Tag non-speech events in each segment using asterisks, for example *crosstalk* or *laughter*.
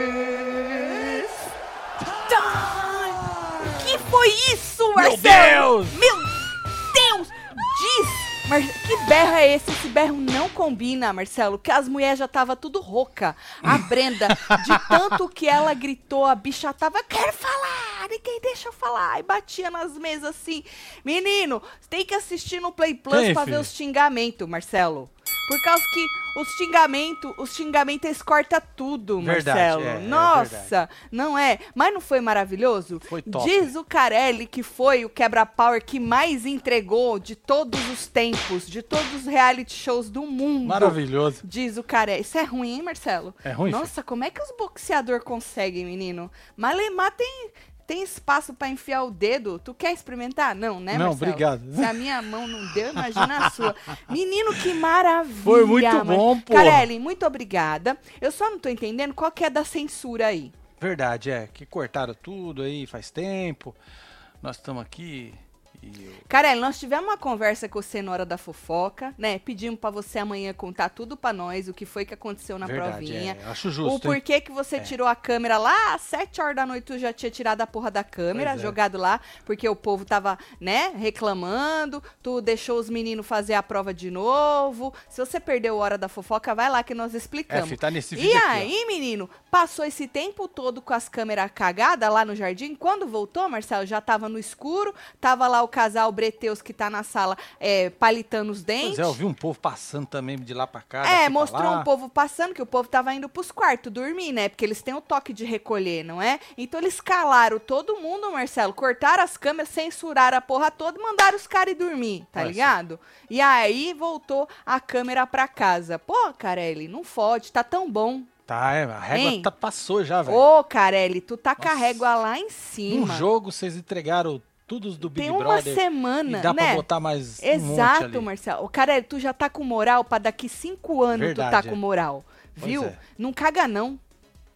It's time! Que foi isso, Marcelo? Deus! Meu Deus! Diz! Mar... Que berra é esse? Esse berro não combina, Marcelo, que as mulheres já tava tudo rouca. A Brenda, *laughs* de tanto que ela gritou, a bicha tava, quero falar, ninguém deixa eu falar. E batia nas mesas assim. Menino, tem que assistir no Play Plus Tem, pra filho. ver os xingamentos, Marcelo. Por causa que os xingamentos, os xingamentos eles cortam tudo, Verdade, Marcelo. é, é Nossa, não é? Mas não foi maravilhoso? Foi top. Diz o Carelli que foi o quebra-power que mais entregou de todos os tempos, de todos os reality shows do mundo. Maravilhoso. Diz o Carelli. Isso é ruim, hein, Marcelo? É ruim, filho? Nossa, como é que os boxeadores conseguem, menino? Malemar tem, tem espaço pra enfiar o dedo? Tu quer experimentar? Não, né, Não, Marcelo? obrigado. Se a minha mão não deu, imagina a sua. Menino, que maravilha. Foi muito Mar- bom, pô. Carelli, muito obrigada. Eu só não tô entendendo qual que é da censura aí. Verdade, é. Que cortaram tudo aí faz tempo. Nós estamos aqui e eu- Carelli, nós tivemos uma conversa com você na hora da fofoca, né? Pedimos pra você amanhã contar tudo pra nós, o que foi que aconteceu na Verdade, provinha. é. Acho O justo, hein? É. porquê que você tirou a câmera lá, às 7 horas da noite tu já tinha tirado a porra da câmera, Pois é. jogado lá, porque o povo tava, né, reclamando, tu deixou os meninos fazer a prova de novo. Se você perdeu a hora da fofoca, vai lá que nós É, explicamos. filho, tá nesse vídeo E aqui, ó. aí, menino, passou esse tempo todo com as câmeras cagadas lá no jardim. Quando voltou, Marcelo, já tava no escuro, tava lá o casal Breteus que tá na sala é, palitando os dentes. Pois é, eu vi um povo passando também de lá pra cá. daqui É, pra mostrou lá. um povo passando, que o povo tava indo pros quartos dormir, né? Porque eles têm o toque de recolher, não é? Então eles calaram todo mundo, Marcelo, cortaram as câmeras, censuraram a porra toda e mandaram os caras ir dormir, tá Olha só. ligado? E aí voltou a câmera pra casa. Pô, Carelli, não fode, tá tão bom. Tá, é, a régua Hein? tá- passou já, velho. Ô, Carelli, tu tá com a Nossa. régua lá em Num cima. jogo vocês entregaram todos do Big Tem uma Brother. semana, e dá pra né? botar mais um monte Exato, ali. Marcelo. Ô, Carelli, tu já tá com moral pra daqui cinco anos tu tá Verdade, é. com moral. Pois Viu? é. Não caga, não.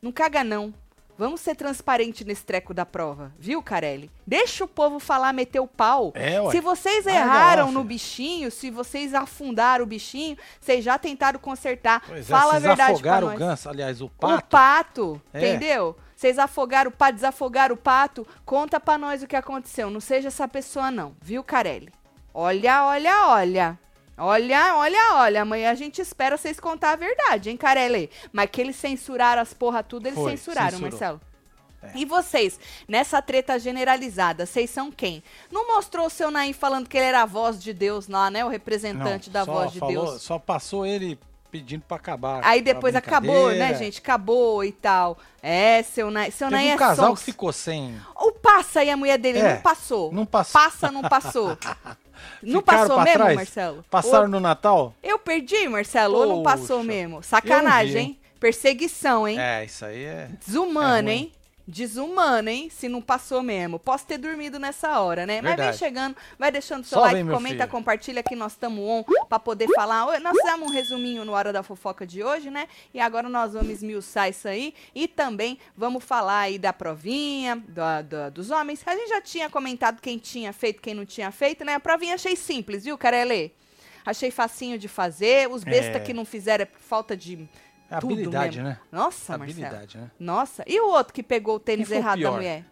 Não caga, não. Vamos ser transparente nesse treco da prova, viu, Carelli? Deixa o povo falar, meter o pau. É, ué. se vocês Larga lá, erraram filho. no bichinho, se vocês afundaram o bichinho, vocês já tentaram consertar. Pois é, Fala a vocês verdade pra afogaram o nós. ganso, aliás, o O pato. pato, É. entendeu? Vocês afogaram o pato, desafogaram o pato. Conta pra nós o que aconteceu. Não seja essa pessoa, não, viu, Carelli? Olha, olha, olha. Olha, olha, olha. Amanhã a gente espera vocês contar a verdade, hein, Carelli? Mas que eles censuraram as porra tudo, eles Foi, censuraram, censurou. É. Marcelo. E vocês, nessa treta generalizada, vocês são quem? Não mostrou o seu Naim falando que ele era a voz de Deus lá, né? O representante Não, da só voz de falou- Deus. Só passou ele pedindo pra acabar. Aí com a depois acabou, né, brincadeira. gente? Acabou e tal. É, seu Nai, seu Nai Teve é um casal sons. que ficou sem. Ou passa e a mulher dele É, não passou. não passou. Passa, não *laughs* passou. não Ficaram passou pra mesmo, trás, Marcelo? Passaram no Natal? Ou- eu perdi, Marcelo, ou não passou Poxa, mesmo? Sacanagem, eu vi, hein? hein? Perseguição, hein? É, isso aí é. Desumano, É ruim. hein? Desumano, hein? Se não passou mesmo. Posso ter dormido nessa hora, né? Mas Verdade. vem chegando, vai deixando seu Só like, vem, meu comenta, filho. compartilha que nós estamos on pra poder falar. Oi, Nós fizemos um resuminho no Hora da Fofoca de hoje, né? E agora nós vamos esmiuçar isso aí e também vamos falar aí da provinha, da- da- dos homens. A gente já tinha comentado quem tinha feito, quem não tinha feito, né? A provinha achei simples, viu, Carelê? Achei facinho de fazer. Os besta É. que não fizeram é por falta de É tudo habilidade, mesmo. né? Nossa, Marcelo. habilidade, né? Nossa, e o outro que pegou o tênis foi o errado da pior? mulher?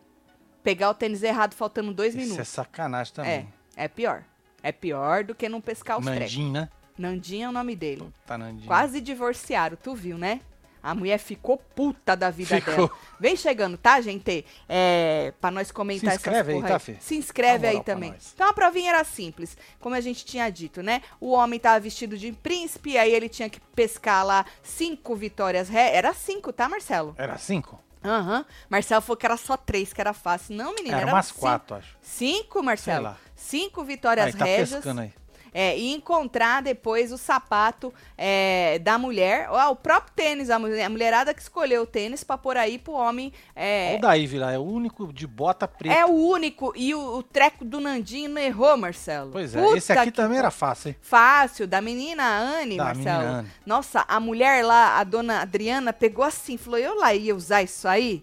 Pegar o tênis errado faltando dois Isso é minutos. sacanagem É, também. é pior. É pior do que não pescar os trecos. Nandim, né? Nandinha é o nome dele. Puta, Nandinho. Quase divorciaram, tu viu, né? A mulher ficou puta da vida Ficou. dela. Vem chegando, tá, gente? É, pra nós comentar Se inscreve essas aí, porra tá, fi? Se inscreve Dá moral aí pra também. nós. Então a provinha era simples, como a gente tinha dito, né? O homem tava vestido de príncipe, aí ele tinha que pescar lá cinco vitórias ré. Era cinco, tá, Marcelo? Era cinco? Aham. Marcelo falou que era só três, que era fácil. Não, menina, Era era umas cin- quatro, acho. Cinco, Marcelo. Sei lá. Cinco vitórias aí tá régias. pescando aí. É, e encontrar depois o sapato é, da mulher, ó, o próprio tênis, a, mulher- a mulherada que escolheu o tênis pra pôr aí pro homem. Olha É, o Daí, lá, é o único de bota preta. é o único. E o, o treco do Nandinho não errou, Marcelo. Pois é, Puta esse aqui que também era fácil, hein? Fácil, da menina Anne, Da Marcelo. menina Anne. Nossa, a mulher lá, a dona Adriana, pegou assim, falou: eu lá ia usar isso aí?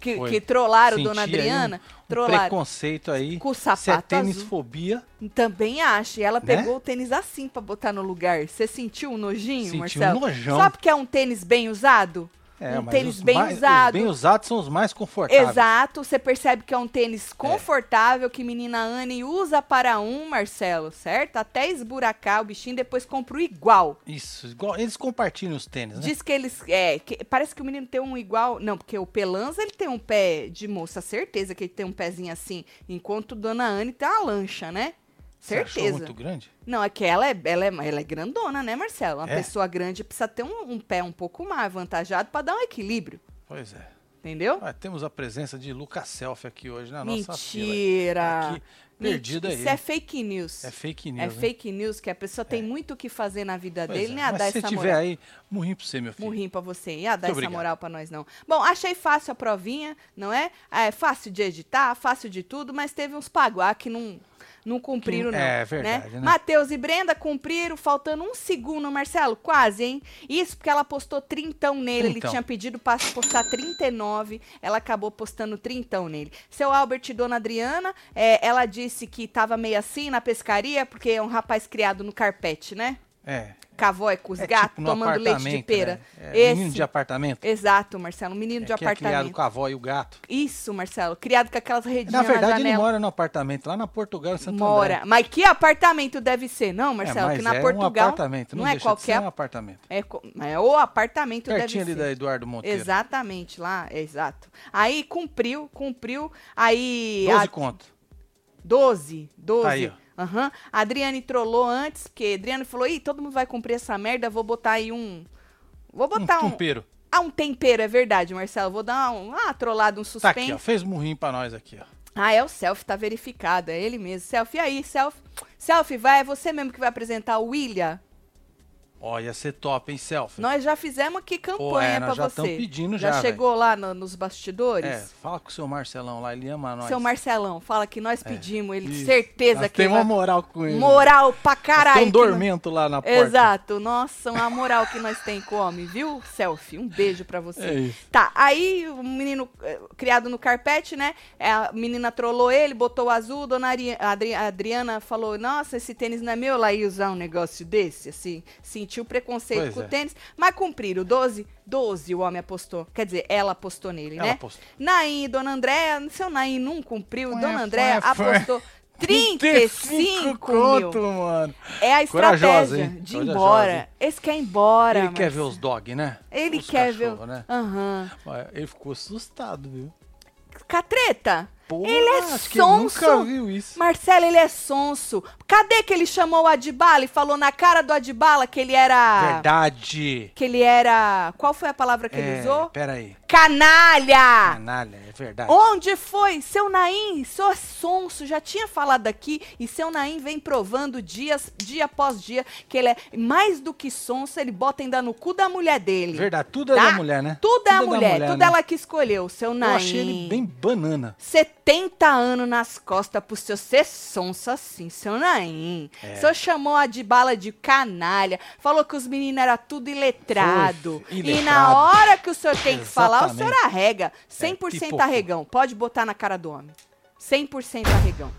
que, Foi. que trollaram Senti Dona aí um- Adriana. um trollaram. preconceito aí. é Com o sapato azul. Setenisfobia. Também acho. E ela Né? pegou o tênis assim pra botar no lugar. Você sentiu um nojinho, Senti um Marcelo? nojão. Só porque é um tênis bem usado? É, um mas tênis os bem mais- usado. Os bem usados são os mais confortáveis. Exato, você percebe que é um tênis confortável que menina Anne usa para um, Marcelo, certo? Até esburacar o bichinho, depois compra o igual. Isso, igual, eles compartilham os tênis, né? Diz que eles. É, que- parece que o menino tem um igual. Não, porque o Pelanza ele tem um pé de moça, certeza que ele tem um pezinho assim. Enquanto Dona Anne tem uma lancha, né? Você achou Certeza. muito grande? Não, é que ela é, ela é, ela é grandona, né, Marcelo? Uma É. pessoa grande precisa ter um, um pé um pouco mais avantajado para dar um equilíbrio, Pois é. entendeu? Ah, temos a presença de Lucas Selfie aqui hoje na Ah, nossa fila. Tá Mentira! Aqui, perdido aí. Isso é fake news. É fake news. É né? fake news que a pessoa tem muito o que fazer na vida Pois dele, é. né? A Mas dar se essa tiver moral. aí, murrinho pra você, meu filho. Murrinho pra você. E a dar Muito essa obrigado. moral pra nós, não. Bom, achei fácil a provinha, não é? É fácil de editar, fácil de tudo, mas teve uns paguá que não, não cumpriram, Que- não. é verdade, né? Matheus e Brenda cumpriram, faltando um segundo, Marcelo, quase, hein? Isso porque ela postou trintão nele, ele Trintão. tinha pedido pra postar 39, ela acabou postando trintão nele. Seu Albert e Dona Adriana, é, ela disse que tava meio assim na pescaria, porque é um rapaz criado no carpete, né? É. Cavói com os é gatos, tipo no tomando leite de apartamento, pera. Né? É, Esse. Menino de apartamento. Exato, Marcelo. Um menino de é, que é criado apartamento. com a avó e o gato. Isso, Marcelo. Criado com aquelas redinhas Na na verdade, janela. ele mora no apartamento, lá na Portugal, em Santo André. Mora. Mas que apartamento deve ser, não, É, Marcelo? mas que na é Portugal um apartamento, não, não é deixa de ser qualquer- um apartamento. é, co- é o apartamento Pertinho ali deve ser. da Eduardo Monteiro. Exatamente, lá, é, exato. Aí cumpriu, cumpriu. Aí 12 a- conto. 12, 12. Tá aí, ó. Aham. A Adriane trollou antes, porque a Adriane falou: "Ih, todo mundo vai cumprir essa merda, vou botar aí um Vou botar um um, tumpeiro. Ah, um tempero, é verdade, Marcelo. Vou dar um, ah, trollado, um Tá suspense. aqui, ó. Fez murrinho pra nós aqui, ó. Ah, é o selfie, tá verificado, é ele mesmo. Selfie, e aí, selfie? Selfie, vai, é você mesmo que vai apresentar o William? Ó, ia ser top, hein, selfie? Nós já fizemos aqui Pô, campanha é, pra nós já você. estamos pedindo já. velho. chegou lá no- nos É, bastidores? fala com o seu Marcelão lá, ele ama nós. É. Seu Marcelão, fala que nós pedimos, ele Isso. certeza Nós que Tem ele uma vai... moral com ele. né? moral pra caralho. Tem um que nós- dormento lá na porta. Exato, nossa, uma moral que nós tem com o homem, viu? Selfie, um beijo pra você. É isso. Tá, aí o menino eh, criado no carpete, né? É, A menina trollou ele, botou o azul, dona Ari- Adri- Adriana falou: Nossa, esse tênis não é meu, lá ia usar um negócio desse, assim. Sentiu preconceito Pois com é. o tênis, mas cumpriram. 12, 12 o homem apostou. Quer dizer, ela apostou nele, Ela né? postou. Nain e Dona Andréa, seu Nain não cumpriu, Ué, Dona Andréa ué, ué. *laughs* apostou 35 mil. conto, mano. É a Corajosa, estratégia hein? de ir Corajosa, embora. hein? Esse quer ir embora. ele quer Marcelo. ver os dog, né? Ele Os quer ver. cachorro, né? Aham. Olha, Ele ficou assustado, viu? Catreta? Pô, Ele é acho que ele nunca sonso. viu isso. Marcelo, ele é sonso. Cadê que ele chamou o Adibala e falou na cara do Adibala que ele era. Verdade. Que ele era. Qual foi a palavra Ah. que ele É, usou? Ah. peraí. Canalha! Canalha, é verdade. Onde foi? Seu Naim, seu sonso, já tinha falado aqui, e seu Naim vem provando dias, dia após dia, que ele é mais do que sonso, ele bota ainda no cu da mulher dele. Verdade, tudo é Tá? da mulher, né? Tudo é a mulher, tudo né? ela é que escolheu, seu Naim. Eu achei ele bem banana. 70 anos nas costas pro seu ser sonso assim, seu Naim. O É. senhor chamou a de bala de canalha, falou que os meninos eram tudo iletrado. E Foi, iletrado. na hora que o senhor tem que falar, o senhor Exatamente. arrega. É, 100% pipocou. arregão. Pode botar na cara do homem. 100% arregão.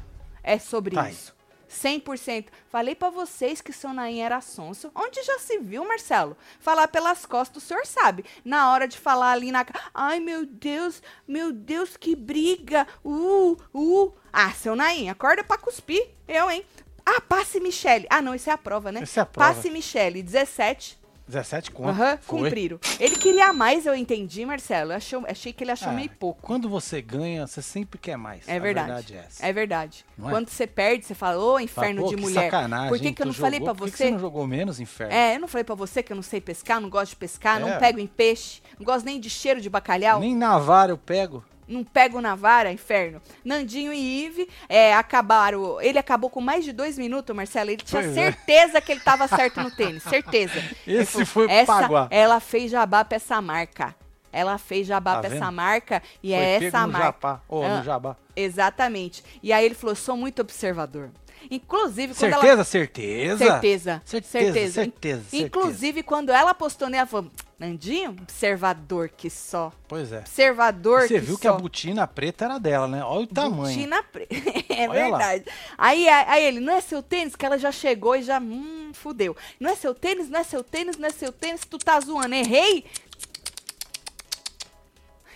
É sobre Tá aí. isso. 100%. Falei pra vocês que seu Nain era sonso. Onde já se viu, Marcelo? Falar pelas costas, o senhor sabe. Na hora de falar ali na. ca- Ai, meu Deus, meu Deus, que briga. Uh, uh. Ah, seu Nain, acorda pra cuspir. Eu, hein? Ah, passe Michele. Ah, não, isso é a prova, né? Essa é a prova. Passe Michele, 17. 17 conto. Aham, Foi. cumpriram. Ele queria mais, eu entendi, Marcelo. Eu achei, achei que ele achou Ah, meio pouco. Quando você ganha, você sempre quer mais. É A verdade. verdade é essa. É verdade. Não é? Quando você perde, você fala, ô, Fala, inferno pô, de que mulher. Sacanagem, Por que, hein? que eu Tu não falei pra jogou, Por que que você? você não jogou menos, inferno? É, eu não falei pra você que eu não sei pescar, não gosto de pescar, não É. pego em peixe, não gosto nem de cheiro de bacalhau, Nem na vara eu pego. não pego na vara, inferno. Nandinho e Ive é, acabaram. Ele acabou com mais de dois minutos, Marcelo. Ele tinha Pois é. certeza que ele tava certo no tênis, *laughs* certeza. Ele Esse falou, foi o Paguá. Ela fez jabá pra essa marca. Ela fez jabá Tá pra essa vendo? marca e Foi é pego essa no marca. Japá, ou Ah. no Jabá. Exatamente. E aí ele falou: sou muito observador. Inclusive, quando ela. Certeza, certeza. Certeza. Certeza, certeza, certeza. Inclusive, quando ela postou, né? Ela falou, Nandinho, observador que só. Pois é. Observador que Você viu que só. a botina preta era dela, né? Olha o tamanho. Botina pre- *laughs* é Olha lá. verdade. Aí, aí ele, não é seu tênis? Que ela já chegou e já, hum, fudeu. Não é seu tênis, não é seu tênis, não é seu tênis, tu tá zoando, errei?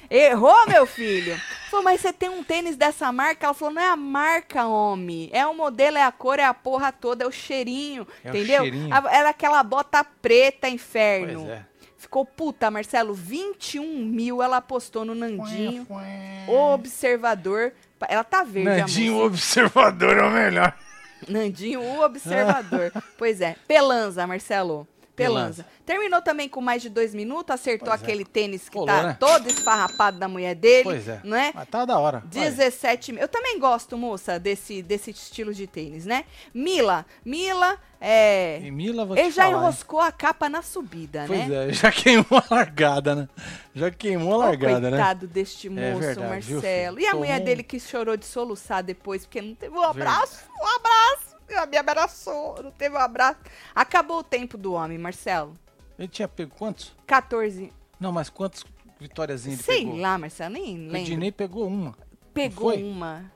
Errou, meu filho. *laughs* Falou, mas você tem um tênis dessa marca? Ela falou, não é a marca, homem. É o modelo, é a cor, é a porra toda, é o cheirinho, É o entendeu? cheirinho. A- Era aquela bota preta, Pois inferno. é. Ficou puta, Marcelo, 21 mil ela apostou no Nandinho. O Observador. Pa- Ela tá verde, Nandinho a observador é o melhor. moça. Nandinho, o *laughs* observador. pois é. Pelanza, Marcelo. Pelanza. Terminou também com mais de dois minutos, acertou Pois é. aquele tênis que Rolou, tá né? todo esfarrapado da mulher dele. Pois é. Não é? Mas tá da hora. Olha. 17 mil. Eu também gosto, moça, desse, desse estilo de tênis, né? Mila. Mila, é. E Mila, vou Ele te já falar, hein? enroscou a capa na subida, né? Pois é, *laughs* já queimou a largada, né? Já queimou a Ô, largada, né? coitado deste moço, verdade, viu, Marcelo. filho? e a Tomou mulher um- dele que chorou de soluçar depois, porque não teve um Verdade. abraço, um abraço. Ela me abraçou, não teve um abraço. Acabou o tempo do homem, Marcelo. Ele tinha pego quantos? 14. Não, mas quantas vitóriazinhas ele Sei pegou? lá, Marcelo, nem O lembro. Dinei pegou uma. Pegou foi? uma.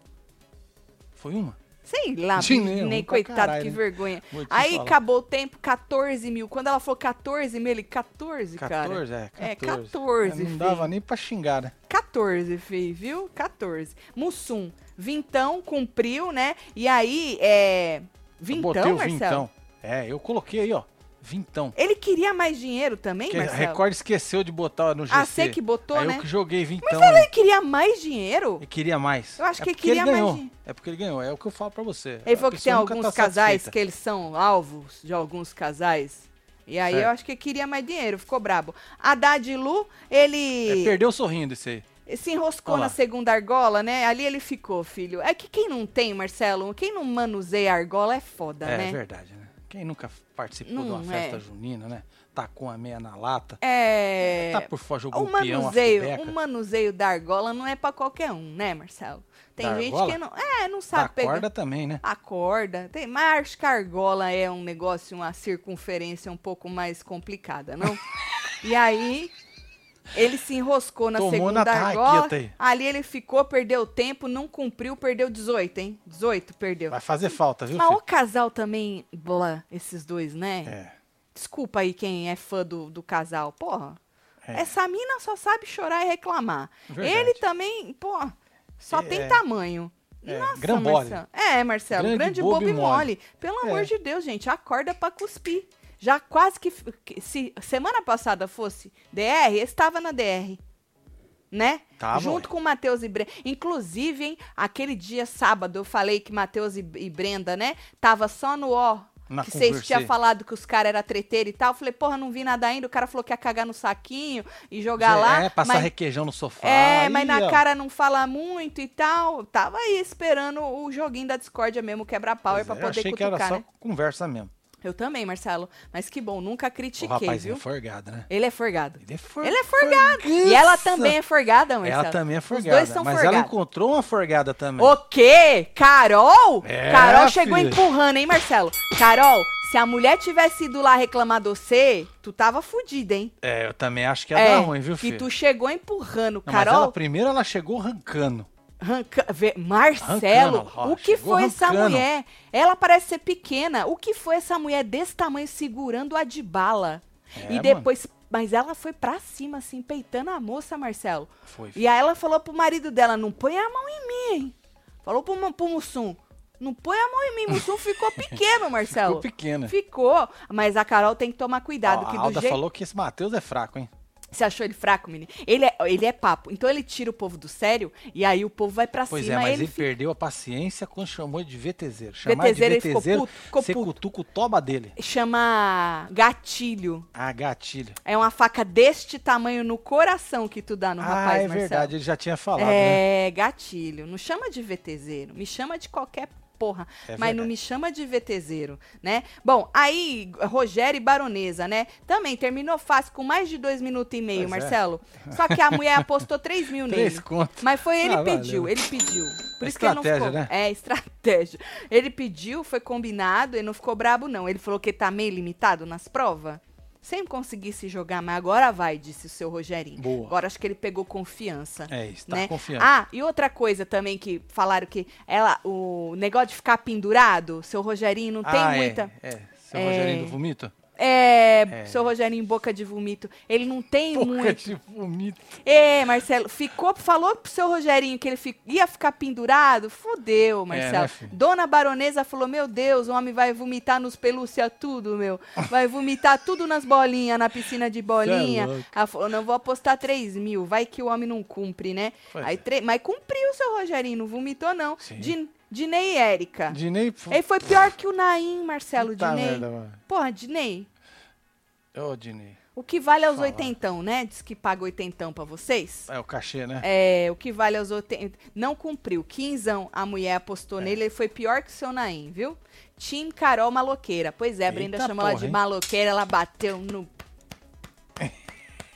Foi uma? Sei lá, Dinei, nem ruim pra coitado, caralho, que né? vergonha. Vou te Aí falar. acabou o tempo, 14 mil. Quando ela falou 14 mil, ele, 14, cara. 14, é, 14. É, 14, Não filho. dava nem pra xingar, né? 14, fi, viu? 14. Mussum, vintão, cumpriu, né? E aí, é. Eu Vintão, botei o Marcelo? vintão. É, eu coloquei aí, ó. Vintão. Ele queria mais dinheiro também, Porque a Marcelo? Record esqueceu de botar no GC. Ah, você que botou, aí né? eu que joguei vintão. Ele queria mais dinheiro? Ele queria mais. Eu acho É que ele porque queria ele mais ganhou. dinheiro. É porque ele ganhou, é o que eu falo pra você. Ele A falou que tem pessoa nunca alguns tá casais satisfeita. que eles são alvos de alguns casais. E aí Certo. eu acho que queria mais dinheiro, ficou brabo. Haddad e Lu, ele É, perdeu sorrindo esse aí. se enroscou Olha na lá. segunda argola, né? Ali ele ficou, filho. É que quem não tem, Marcelo, quem não manuseia a argola é foda, é, né? verdade, né? Quem nunca participou de Não uma é. festa junina, né? Tacou a meia na lata. É. Tá por fora, jogou O um peão, a manuseio, o fubeca. manuseio da argola não é pra qualquer um, né, Marcelo? Tem Da gente argola? que não, é, não sabe Da pegar. corda também, né? A corda. Tem, mas acho que a argola é um negócio, uma circunferência um pouco mais complicada, *laughs* não? e aí ele se enroscou na Tomou segunda na argola. tarraqueta aí. Ali ele ficou, perdeu tempo, não cumpriu, perdeu 18, hein? 18 perdeu. Vai fazer falta, viu, Mas o filho? casal também, blá, esses dois, né? É. Desculpa aí quem é fã do, do casal, porra. É. Essa mina só sabe chorar e reclamar. Verdade. Ele também, pô, só É, tem é. tamanho. É, Nossa, grambole. Marcelo. É, Marcelo, grande, Grande bobo, bobo e e mole. mole. Pelo É. amor de Deus, gente, acorda pra cuspir. Já quase que, que se semana passada fosse DR, eu estava na DR. Né? Tava, Junto ué. com Matheus e Brenda. Inclusive, hein, aquele dia sábado eu falei que Matheus e, e Brenda, né, tava só no ó. Na que vocês tinham conversê. falado que os caras eram treteiro e tal. Eu falei, porra, não vi nada ainda. O cara falou que ia cagar no saquinho e jogar Zé- lá. É, passar mas- requeijão no sofá. é, aí, mas na ó. cara não fala muito e tal. Tava aí esperando o joguinho da discórdia mesmo, o quebra-pau, é, Pois pra é, poder eu achei cutucar, que era só né? conversa mesmo. Eu também, Marcelo. Mas que bom, nunca O critiquei, viu? rapazinho é forgado, né? Ele é forgado. Ele é, for... Ele é forgado. E ela também é forgada, Marcelo. Ela também é forgada. Os dois são mas forgados. ela encontrou uma forgada também. O quê? Carol? É, Carol chegou filha. empurrando, hein, Marcelo? Carol, se a mulher tivesse ido lá reclamar de você, tu tava fudida, hein? É, eu também acho que ia dar ruim, viu, filho? E tu chegou empurrando. Não, mas ela, Carol, primeiro ela chegou arrancando. Ranca- vê- Marcelo, Arrancando, ó, o que chegou foi essa arrancando. mulher? Ela parece ser pequena. O que foi essa mulher desse tamanho segurando a de bala? É, e depois, mas ela foi pra cima, assim, peitando a moça, Marcelo. Foi. E aí ela falou pro marido dela, não põe a mão em mim, hein? Falou pro, Mu- pro Mussum, não põe a mão em mim. Mussum ficou pequeno, Marcelo. Ficou pequena. Ficou, mas a Carol tem que tomar cuidado, Ó, que a do Alda jeito falou que esse Matheus é fraco, hein? você achou ele fraco, menino? Ele é, ele é papo. Então ele tira o povo do sério e aí o povo vai pra Pois cima. é, mas ele, fica- perdeu a paciência quando chamou de VTZero. Chamar VTZero, ele de ficou VTZero, puto, ficou você puto. cutuca o toba dele. chama gatilho. Ah, gatilho. É uma faca deste tamanho no coração que tu dá no ah, rapaz, é Marcelo. verdade, ele já tinha falado, né? É, gatilho. Não chama de VTZero. Me chama de qualquer porra. É mas não verdade. me chama de VTZero, né? Bom, aí, Rogério e Baronesa, né? Também terminou fácil com mais de dois minutos e meio, Pois é. Marcelo. Só que a mulher apostou três *laughs* mil nele. Três contos. Mas foi ele Ah, valeu. pediu, ele pediu. Por isso que ele não ficou. Estratégia, né? É, estratégia. Ele pediu, foi combinado, ele não ficou brabo, não. Ele falou que tá meio limitado nas provas. Sempre consegui se jogar, mas agora vai, disse o seu Rogerinho. Boa. Agora acho que ele pegou confiança. É isso, tá né? confiante. Ah, e outra coisa também que falaram que ela, o negócio de ficar pendurado, seu Rogerinho não tem Ah, é, muita. É, Seu É. Rogerinho do Vomito? É, É. seu Rogerinho boca de vomito. Ele não tem Boca muito. de Vomito. É, Marcelo, ficou, falou pro seu Rogerinho que ele fi- ia ficar pendurado? Fudeu, Marcelo. né, filho? Dona Baronesa falou: Meu Deus, o homem vai vomitar nos pelúcia tudo, meu. Vai vomitar tudo nas bolinhas, na piscina de bolinha. Cê é louco. Ela falou: Não, vou apostar 3 mil. Vai que o homem não cumpre, né? Pois Aí, é. tre- Mas cumpriu, seu Rogerinho, não vomitou, não. Sim. Din- Dinei e Érica. Dinei... pô, Ele foi pior que o Naim, Marcelo, puta Dinei. merda, mano. Porra, Dinei. É. Ô, Dinei. O que vale aos Falar. oitentão, né? Diz que paga oitentão pra vocês. É o cachê, né? É, o que vale aos oitentão. Não cumpriu. Quinzão, a mulher É. apostou nele, ele foi pior que o seu Naim, viu? Tim Carol Maloqueira. Pois é, a Brenda Eita chamou ela porra, de hein? maloqueira, ela bateu *laughs* no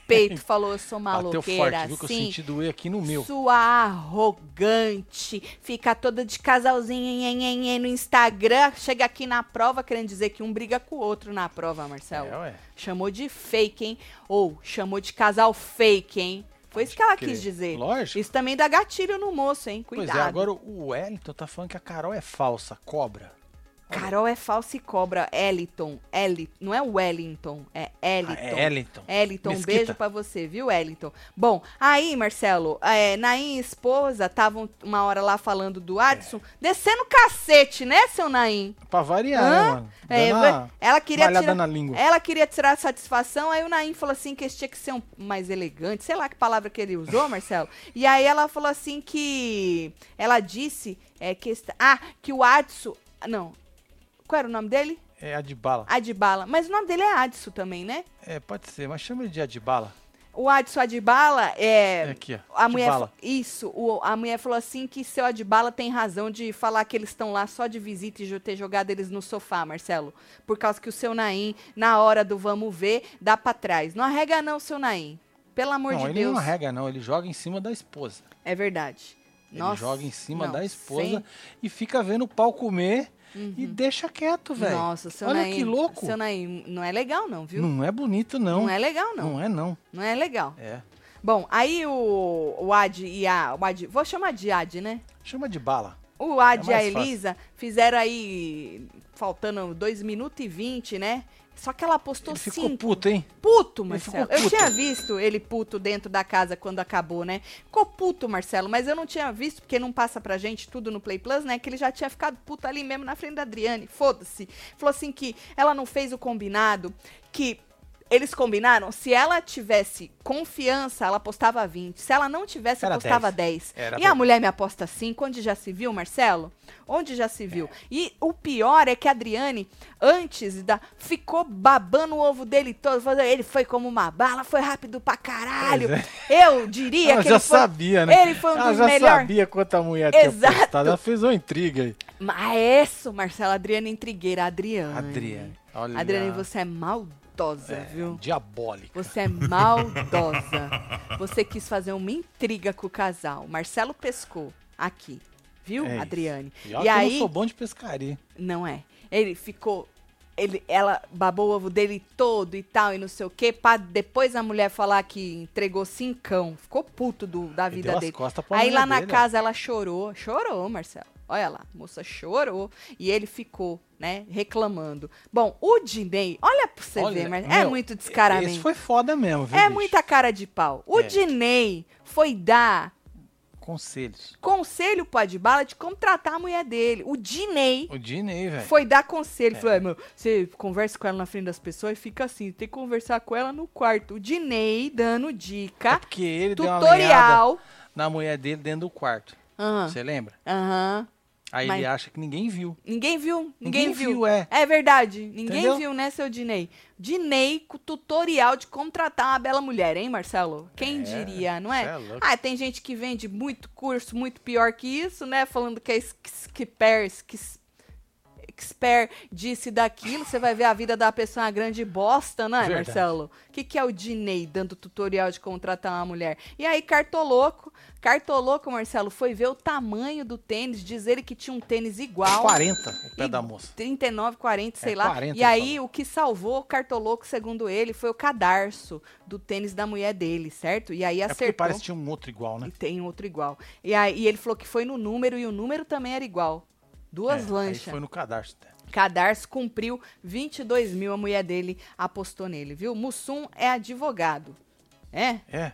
peito, falou, eu sou Bateu maloqueira, forte, viu? Que eu assim. senti doer aqui no meu. Sua arrogante, fica toda de casalzinho nhen, nhen, nhen, no Instagram, chega aqui na prova querendo dizer que um briga com o outro na prova, Marcelo. É, ué. Chamou de fake, hein? Ou chamou de casal fake, hein? Foi isso que ela Pode quis crer. dizer. Lógico. Isso também dá gatilho no moço, hein? Cuidado. Pois é, agora o Wellington tá falando que a Carol é falsa, cobra. Carol é falsa e cobra. Eliton. Eli... Não é Wellington, é Eliton. Ah, é Wellington. Eliton, um Mesquita. beijo pra você, viu, Eliton? Bom, aí, Marcelo, é, Naim e esposa estavam um, uma hora lá falando do Adson, É. descendo o cacete, né, seu Naim? Pra variar, Hã? né, mano? É, Dando vai- uma ela queria malhada tirar- na língua. Ela queria tirar a satisfação, aí o Naim falou assim que esse tinha que ser um mais elegante, sei lá que palavra que ele usou, Marcelo. E aí ela falou assim que ela disse é, que esta- ah, que o Adson, não. Qual era o nome dele? É Adibala. Adibala. Mas o nome dele é Adson também, né? É, pode ser, mas chama ele de Adibala. O Adson Adibala é, É aqui, ó. a mulher Adibala. fa- isso, o- a mulher falou assim que seu Adibala tem razão de falar que eles estão lá só de visita e jo- ter jogado eles no sofá, Marcelo, por causa que o seu Naim na hora do vamos ver dá pra trás. Não arrega não, seu Naim. Pelo amor não, de ele Deus. não arrega, não. Ele joga em cima da esposa. É verdade. ele Nossa, joga em cima não, da esposa sem- Uhum. e fica vendo o pau comer e deixa quieto, velho. Nossa, seu Olha Naim. que louco. Seu Naim não é legal não, viu? Não é bonito, não. Não é legal não. Não é, não. Não é legal. É. Bom, aí o, o Ad e a o Ad, vou chamar de Ad, né? Chama de bala. O Ad É e a mais fácil. Elisa fizeram aí, faltando 2 minutos e 20, né? Só que ela postou ele ficou 5. puto, hein? Puto, Marcelo. ficou Eu puto. tinha visto ele puto dentro da casa quando acabou, né? Ficou puto, Marcelo, mas eu não tinha visto, porque não passa pra gente tudo no Play Plus, né? Que ele já tinha ficado puto ali mesmo na frente da Adriane. Foda-se. Falou assim que ela não fez o combinado, que eles combinaram, se ela tivesse confiança, ela apostava 20. Se ela não tivesse, Era apostava 10. Era e a dez. mulher me aposta 5, onde já se viu, Marcelo? Onde já se viu? E o pior é que a Adriane, antes da. ficou babando o ovo dele todo. falando, Ele foi como uma bala, foi rápido pra caralho. Pois Eu diria Ela que já ele foi. sabia, né? Ele foi um Ela dos já melhores. sabia quanta mulher tinha Exato. postado. Ela fez uma intriga aí. Mas é isso, Marcelo. Adriane Intrigueira. Adriane. Adriane. É. Olha. Adriane, você é maldosa, viu? Diabólica. Você é maldosa. Você quis fazer uma intriga com o casal. Marcelo pescou aqui, viu, É isso. Adriane? E, olha e que eu aí não sou bom de pescaria. Não é. Ele ficou. Ele, ela babou o ovo dele todo e tal, e não sei o quê, pra depois a mulher falar que entregou cincão. Ficou puto do, da Ele vida deu dele. As costas pra Aí mulher lá na dele, né? ó. casa ela chorou, chorou, Marcelo. Olha lá, a moça chorou e ele ficou, né, reclamando. Bom, o Dinei, olha pra você Olha, ver, mas é meu, muito Esse descaramento. foi foda mesmo, viu? É bicho? muita cara de pau. O É. Dinei foi dar Conselhos. conselho pro Adbala de como tratar a mulher dele. O Dinei O Dinei, velho. foi dar conselho. Falou, "É, meu, você conversa com ela na frente das pessoas e fica assim. Tem que conversar com ela no quarto. O Dinei dando É dica, porque ele deu uma alinhada tutorial. na mulher dele dentro do quarto. Aham, Você lembra? aham. Aí Mas- ele acha que ninguém viu. Ninguém viu, ninguém, viu. é. É verdade, ninguém Entendeu? viu, né, seu Dinei? Dinei com tutorial de como tratar uma bela mulher, hein, Marcelo? Quem diria, não é? cê é louco. ah, tem gente que vende muito curso, muito pior que isso, né? Falando que é esquipers, que expert disse daquilo, você vai ver a vida da pessoa uma grande bosta, né, Verdade. Marcelo? O que, que é o Dinei dando tutorial de contratar uma mulher? E aí, cartoloco, cartoloco, Marcelo, foi ver o tamanho do tênis, diz ele que tinha um tênis igual. 40 o pé E- da moça. 39, 40, sei É, lá. 40, e ele aí, o que salvou o cartoloco, segundo ele, foi o cadarço do tênis da mulher dele, certo? E aí É porque acertou. parece que tinha um outro igual, E né? tem outro igual. E aí e ele falou que foi no número e o número também era igual. Duas É, Aí lanchas. foi no cadastro. né? até. Cadarço cumpriu 22 mil, a mulher dele apostou nele, viu? Mussum é advogado. É? É,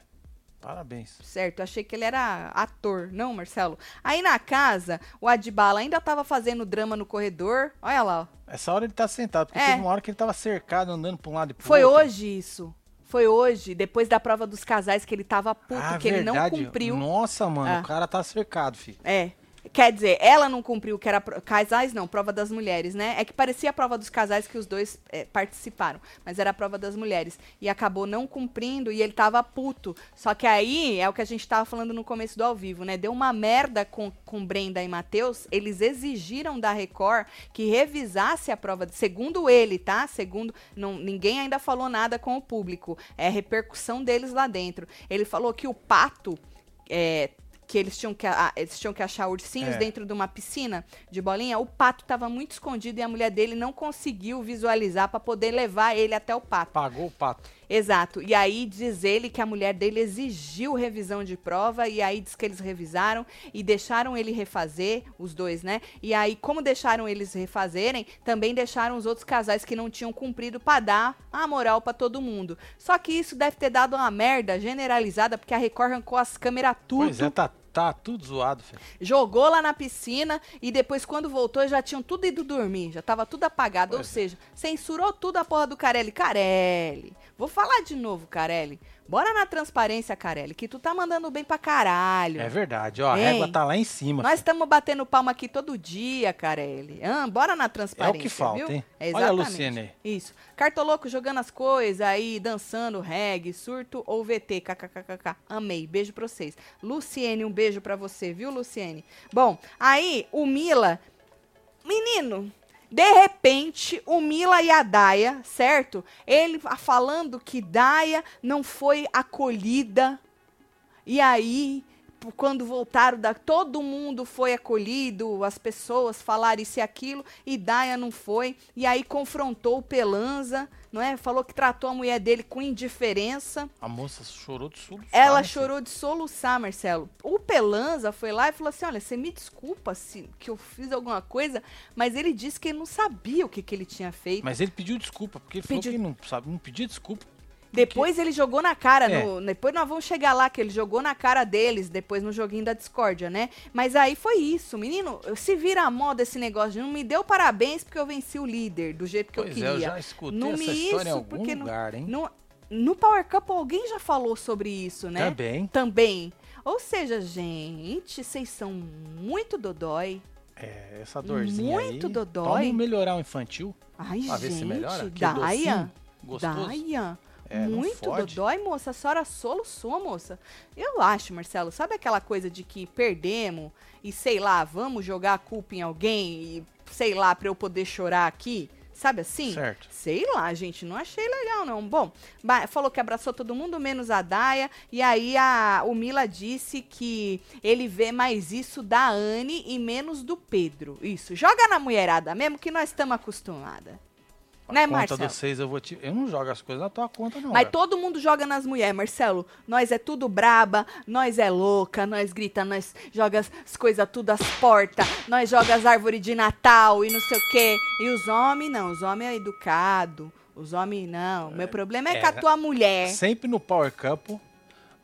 parabéns. Certo, achei que ele era ator, não, Marcelo? Aí na casa, o Adbala ainda tava fazendo drama no corredor. Olha lá, ó. Essa hora ele tá sentado, porque É. teve uma hora que ele tava cercado, andando pra um lado e pro Foi outro. hoje isso. Foi hoje, depois da prova dos casais, que ele tava puto, ah, que ele não verdade. cumpriu. Nossa, mano, Ah. o cara tá cercado, filho. É. Quer dizer, ela não cumpriu que era pro- casais, não, prova das mulheres, né? É que parecia a prova dos casais que os dois é, participaram, mas era a prova das mulheres. E acabou não cumprindo e ele tava puto. Só que aí é o que a gente tava falando no começo do ao vivo, né? Deu uma merda com, com Brenda e Matheus. Eles exigiram da Record que revisasse a prova, segundo ele, tá? Segundo. Não, ninguém ainda falou nada com o público. É repercussão deles lá dentro. Ele falou que o pato. é, que eles tinham que, a- eles tinham que achar ursinhos É. dentro de uma piscina de bolinha, o pato estava muito escondido e a mulher dele não conseguiu visualizar para poder levar ele até o pato. Pagou o pato. Exato. E aí diz ele que a mulher dele exigiu revisão de prova e aí diz que eles revisaram e deixaram ele refazer, os dois, né? E aí, como deixaram eles refazerem, também deixaram os outros casais que não tinham cumprido pra dar a moral pra todo mundo. Só que isso deve ter dado uma merda generalizada, porque a Record arrancou as câmeras tudo Pois é, tá, tá tudo zoado, filho. jogou lá na piscina e depois quando voltou já tinham tudo ido dormir, já tava tudo apagado, ou Pois é. seja, censurou tudo a porra do Carelli. Carelli, vou falar de novo, Carelli. Bora na transparência, Carelli, que tu tá mandando bem pra caralho. É verdade, ó. A Hein? régua tá lá em cima. Nós estamos batendo palma aqui todo dia, Carelli. Ah, bora na transparência, É o que falta, viu? hein? É Olha a exatamente. Luciene aí. Isso. Cartoloco jogando as coisas aí, dançando reggae, surto ou VT, kkkk. Amei. Beijo pra vocês. Luciene, um beijo pra você, viu, Luciene? Bom, aí o Mila... Menino... De repente, o Mila e a Daia, certo? Ele fa- falando que Daia não foi acolhida e aí, p- quando voltaram, da, todo mundo foi acolhido, as pessoas falaram isso e aquilo, e Daia não foi. E aí confrontou o Pelanza, não é? Falou que tratou a mulher dele com indiferença. A moça chorou de soluçar. Ela né, filho? chorou de soluçar, Marcelo. O Pelanza foi lá e falou assim: olha, você me desculpa se que eu fiz alguma coisa, mas ele disse que ele não sabia o que, que ele tinha feito. Mas ele pediu desculpa, porque ele Pediu- falou que não, sabe, não pedia desculpa. Depois ele jogou na cara, É. no- depois nós vamos chegar lá, que ele jogou na cara deles, depois no joguinho da discórdia, né? Mas aí foi isso, menino, se vira a moda esse negócio, de não me deu parabéns porque eu venci o líder, do jeito que eu pois é, queria. eu já escutei Não essa me história em isso, algum porque não- lugar, hein? no, no Power Couple alguém já falou sobre isso, né? Também. Também. Ou seja, gente, vocês são muito dodói. É, essa dorzinha aí. Muito dodói. Então, Vamos melhorar o infantil Ai, pra ver gente, se melhora. Que Daia. docinho, gostoso. Daia. É, não Muito fode. dodói, moça. A senhora soluçou, moça. Eu acho, Marcelo, sabe aquela coisa de que perdemos e sei lá, vamos jogar a culpa em alguém e sei lá, pra eu poder chorar aqui? Sabe assim? Certo. Sei lá, gente, não achei legal, não. Bom, ba- falou que abraçou todo mundo, menos a Daia. E aí a, o Mila disse que ele vê mais isso da Anne e menos do Pedro. Isso, joga na mulherada mesmo, que nós estamos acostumadas. A Né, conta Marcelo? dos seis eu vou te... Eu não jogo as coisas na tua conta, não. Mas velho. todo mundo joga nas mulheres, Marcelo. Nós é tudo braba, nós é louca, nós grita, nós joga as- as coisas tudo às portas, nós joga as árvores de Natal e não sei o quê. E os homens não, os homens é educado. Os homens não. Meu problema é, é, com a tua mulher. Sempre no Power Couple,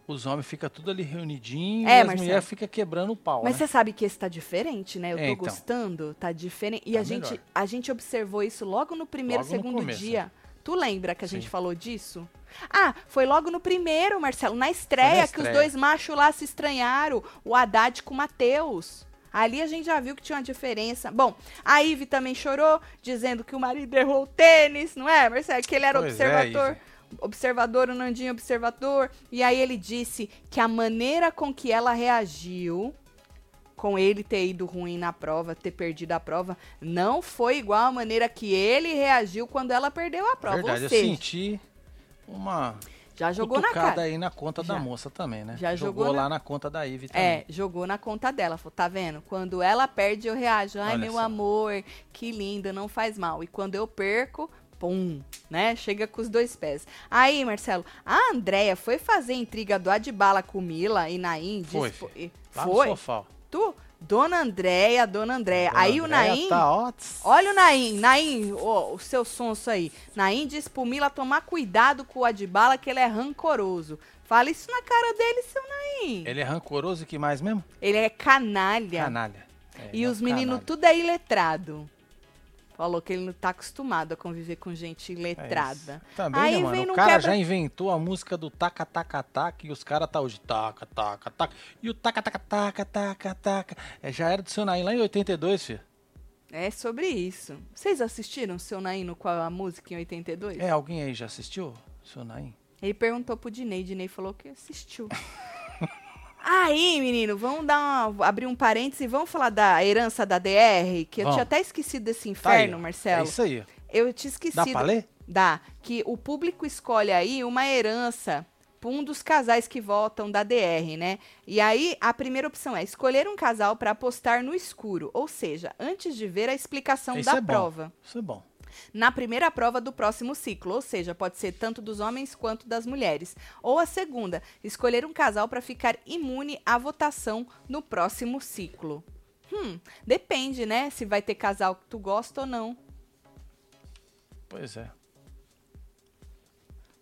os homens ficam tudo ali reunidinhos É, e as Marcelo. mulheres ficam quebrando o pau, Mas né? você sabe que esse tá diferente, né? Eu É, tô então. gostando, tá diferente. E Tá a, gente, melhor. a gente observou isso logo no primeiro, Logo no segundo começo, dia. Tu lembra que a gente Sim. falou disso? Ah, foi logo no primeiro, Marcelo, na estreia, que os estreia. dois machos lá se estranharam. O Haddad com o Matheus. Ali a gente já viu que tinha uma diferença. Bom, a Ive também chorou, dizendo que o marido errou o tênis, não é, Marcelo? Que ele era Pois é, observador Ive. observador, o Nandinho observador. E aí ele disse que a maneira com que ela reagiu com ele ter ido ruim na prova, ter perdido a prova, não foi igual a maneira que ele reagiu quando ela perdeu a prova. Verdade, Ou eu seja, senti uma já jogou na cutucada cara. aí na conta Já. da moça também, né? Já jogou, jogou na- lá na conta da Ivy também. É, jogou na conta dela. Falou, tá vendo? Quando ela perde, eu reajo. Ai, Olha meu só. amor, que linda, não faz mal. E quando eu perco, pum, né? Chega com os dois pés. Aí, Marcelo, a Andrea foi fazer intriga do Adbala com Mila e Naim. Foi, dispo- e- Lá Foi? no sofá. ó. Tu? Dona Andréia, Dona Andréia. Dona Aí o Andréia Naim... Tá, ó, tss. Olha o Naim, Naim, ó, o seu sonso aí. Naim diz pro Mila tomar cuidado com o Adbala, que ele é rancoroso. Fala isso na cara dele, seu Naim. Ele é rancoroso e que mais mesmo? Ele é canalha. Canalha. É, ele E é um os meninos canalha. tudo é iletrado. Falou que ele não tá acostumado a conviver com gente É isso. iletrada. Também, Aí né, vem mano? no O cara quebra- já inventou a música do taca taca taca e os caras tá hoje taca taca taca. E o taca taca taca taca taca. É, já era do seu Naim lá em 82, filho. É sobre isso. Vocês assistiram o seu Naino com a música em 82? É, alguém aí já assistiu? Seu Naim? Ele perguntou pro Dinei, Dinei falou que assistiu. *laughs* Aí, menino, vamos dar uma- abrir um parênteses e vamos falar da herança da DR, que eu Vamos. tinha até esquecido desse Tá aí, inferno, ó. É Marcelo. isso aí. ó. eu tinha esquecido. Dá pra ler? Dá. Que o público escolhe aí uma herança para um dos casais que votam da DR, né? E aí a primeira opção é escolher um casal para apostar no escuro, ou seja, antes de ver a explicação Isso da é bom. prova. Isso é bom. Na primeira prova do próximo ciclo, ou seja, pode ser tanto dos homens quanto das mulheres. Ou a segunda, escolher um casal para ficar imune à votação no próximo ciclo. Hum, depende, né? Se vai ter casal que tu gosta ou não. Pois é.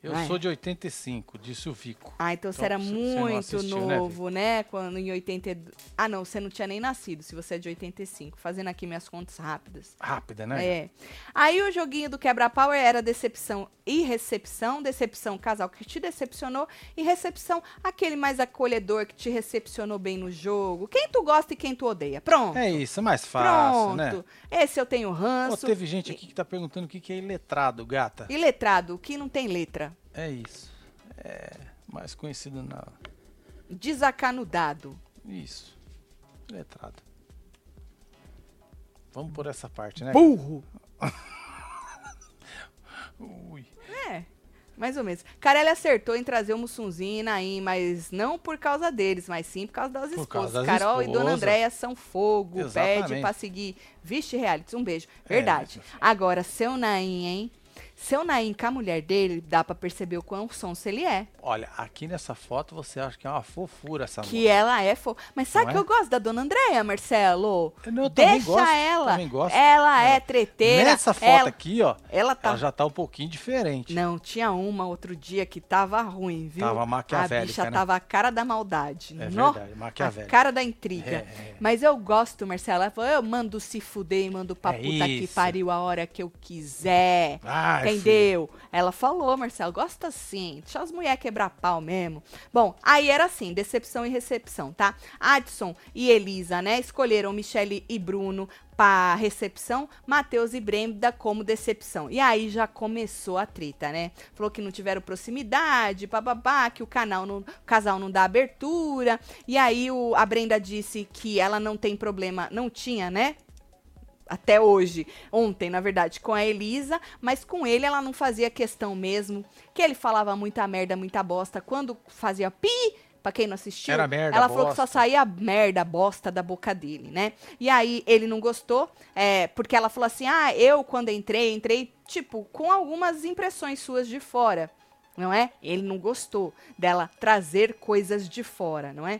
Eu Vai. sou de 85, disse o Vico. Ah, então você Então, era você- você não muito assistiu, né, novo, né, Quando em 82. Ah, não, você não tinha nem nascido, se você é de 85. Fazendo aqui minhas contas rápidas. Rápida, né? É. Aí o joguinho do quebra-pau era decepção e recepção. Decepção, casal que te decepcionou. E recepção, aquele mais acolhedor que te recepcionou bem no jogo. Quem tu gosta e quem tu odeia. Pronto. É isso, é mais fácil, Pronto. né? Esse eu tenho Pô, ranço. teve gente aqui que tá perguntando o que que é iletrado, gata. E letrado, que não tem letra. É isso. É mais conhecido na. Desacanudado. Isso. Letrado. Vamos por essa parte, né? Burro. *laughs* Ui. É, mais ou menos. Carelli acertou em trazer o Mussunzinho e Naim, mas não por causa deles, mas sim por causa das Por esposas. causa das Carol e Dona esposas. Andréia são fogo. Pede Exatamente. pra seguir. Vixe, realities, um beijo. É, Verdade. meu filho. Agora, seu Naim, hein? Seu Naim com a mulher dele, dá pra perceber o quão sonso ele é. Olha, aqui nessa foto você acha que é uma fofura essa Que ela é fo... Mas sabe Não que é? eu gosto da Dona Andréia, Marcelo? moça. Eu também Deixa gosto, ela. Também gosto. Ela é, treteira. Nessa foto ela, aqui, ó, ela É tá ela já tá um pouquinho diferente. Não, tinha uma outro dia que tava ruim, viu? Tava A maquiavélica, bicha né? tava a cara da maldade. É Nó, verdade, a maquiavélica. cara da intriga. É, é. Mas eu gosto, Marcela. Ela falou, eu mando se fuder e mando pra É puta que isso. pariu a hora que eu quiser. Vai, Ah, filho. Entendeu? Ela falou, Marcelo, gosta assim. Deixa as mulheres quebrar pau mesmo. Bom, aí era assim, decepção e recepção, tá? Adson e Elisa, né, escolheram Michele e Bruno pra recepção, Matheus e Brenda como decepção. E aí já começou a treta, né? Falou que não tiveram proximidade, bababá, que o canal não, o casal não dá abertura. E aí o- a Brenda disse que ela não tem problema, não tinha, né? até hoje, ontem, na verdade, com a Elisa, mas com ele ela não fazia questão mesmo, que ele falava muita merda, muita bosta, quando fazia pi, pra quem não assistiu, Era merda, ela falou que só bosta. saía merda, bosta da boca dele, né? E aí ele não gostou, é, porque ela falou assim, ah, eu quando entrei, entrei, tipo, com algumas impressões suas de fora, não é? Ele não gostou dela trazer coisas de fora, não é?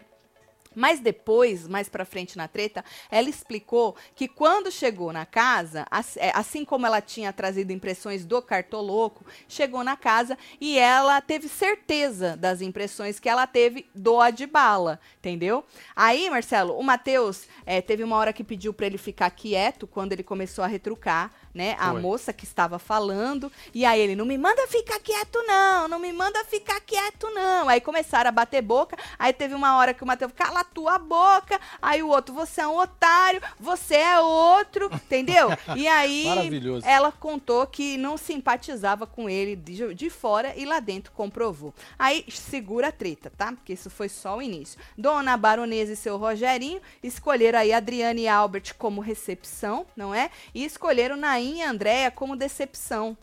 Mas depois, mais pra frente na treta, ela explicou que quando chegou na casa, ass- é, assim como ela tinha trazido impressões do cartoloco, chegou na casa e ela teve certeza das impressões que ela teve do Adbala, entendeu? Aí, Marcelo, o Matheus é, teve uma hora que pediu pra ele ficar quieto quando ele começou a retrucar. né? A Foi. moça que estava falando. E aí ele, não me manda ficar quieto, não, não me manda ficar quieto, não. Aí começaram a bater boca. Aí teve uma hora que o Matheus, cala a tua boca. Aí o outro, você é um otário, você é outro, entendeu? E aí *laughs* Maravilhoso. ela contou que não simpatizava com ele de, de fora e lá dentro comprovou. Aí segura a treta, tá? Porque isso foi só o início. Dona Baronesa e seu Rogerinho escolheram aí Adriane e Albert como recepção, não é? E escolheram Nain e Andréia como decepção.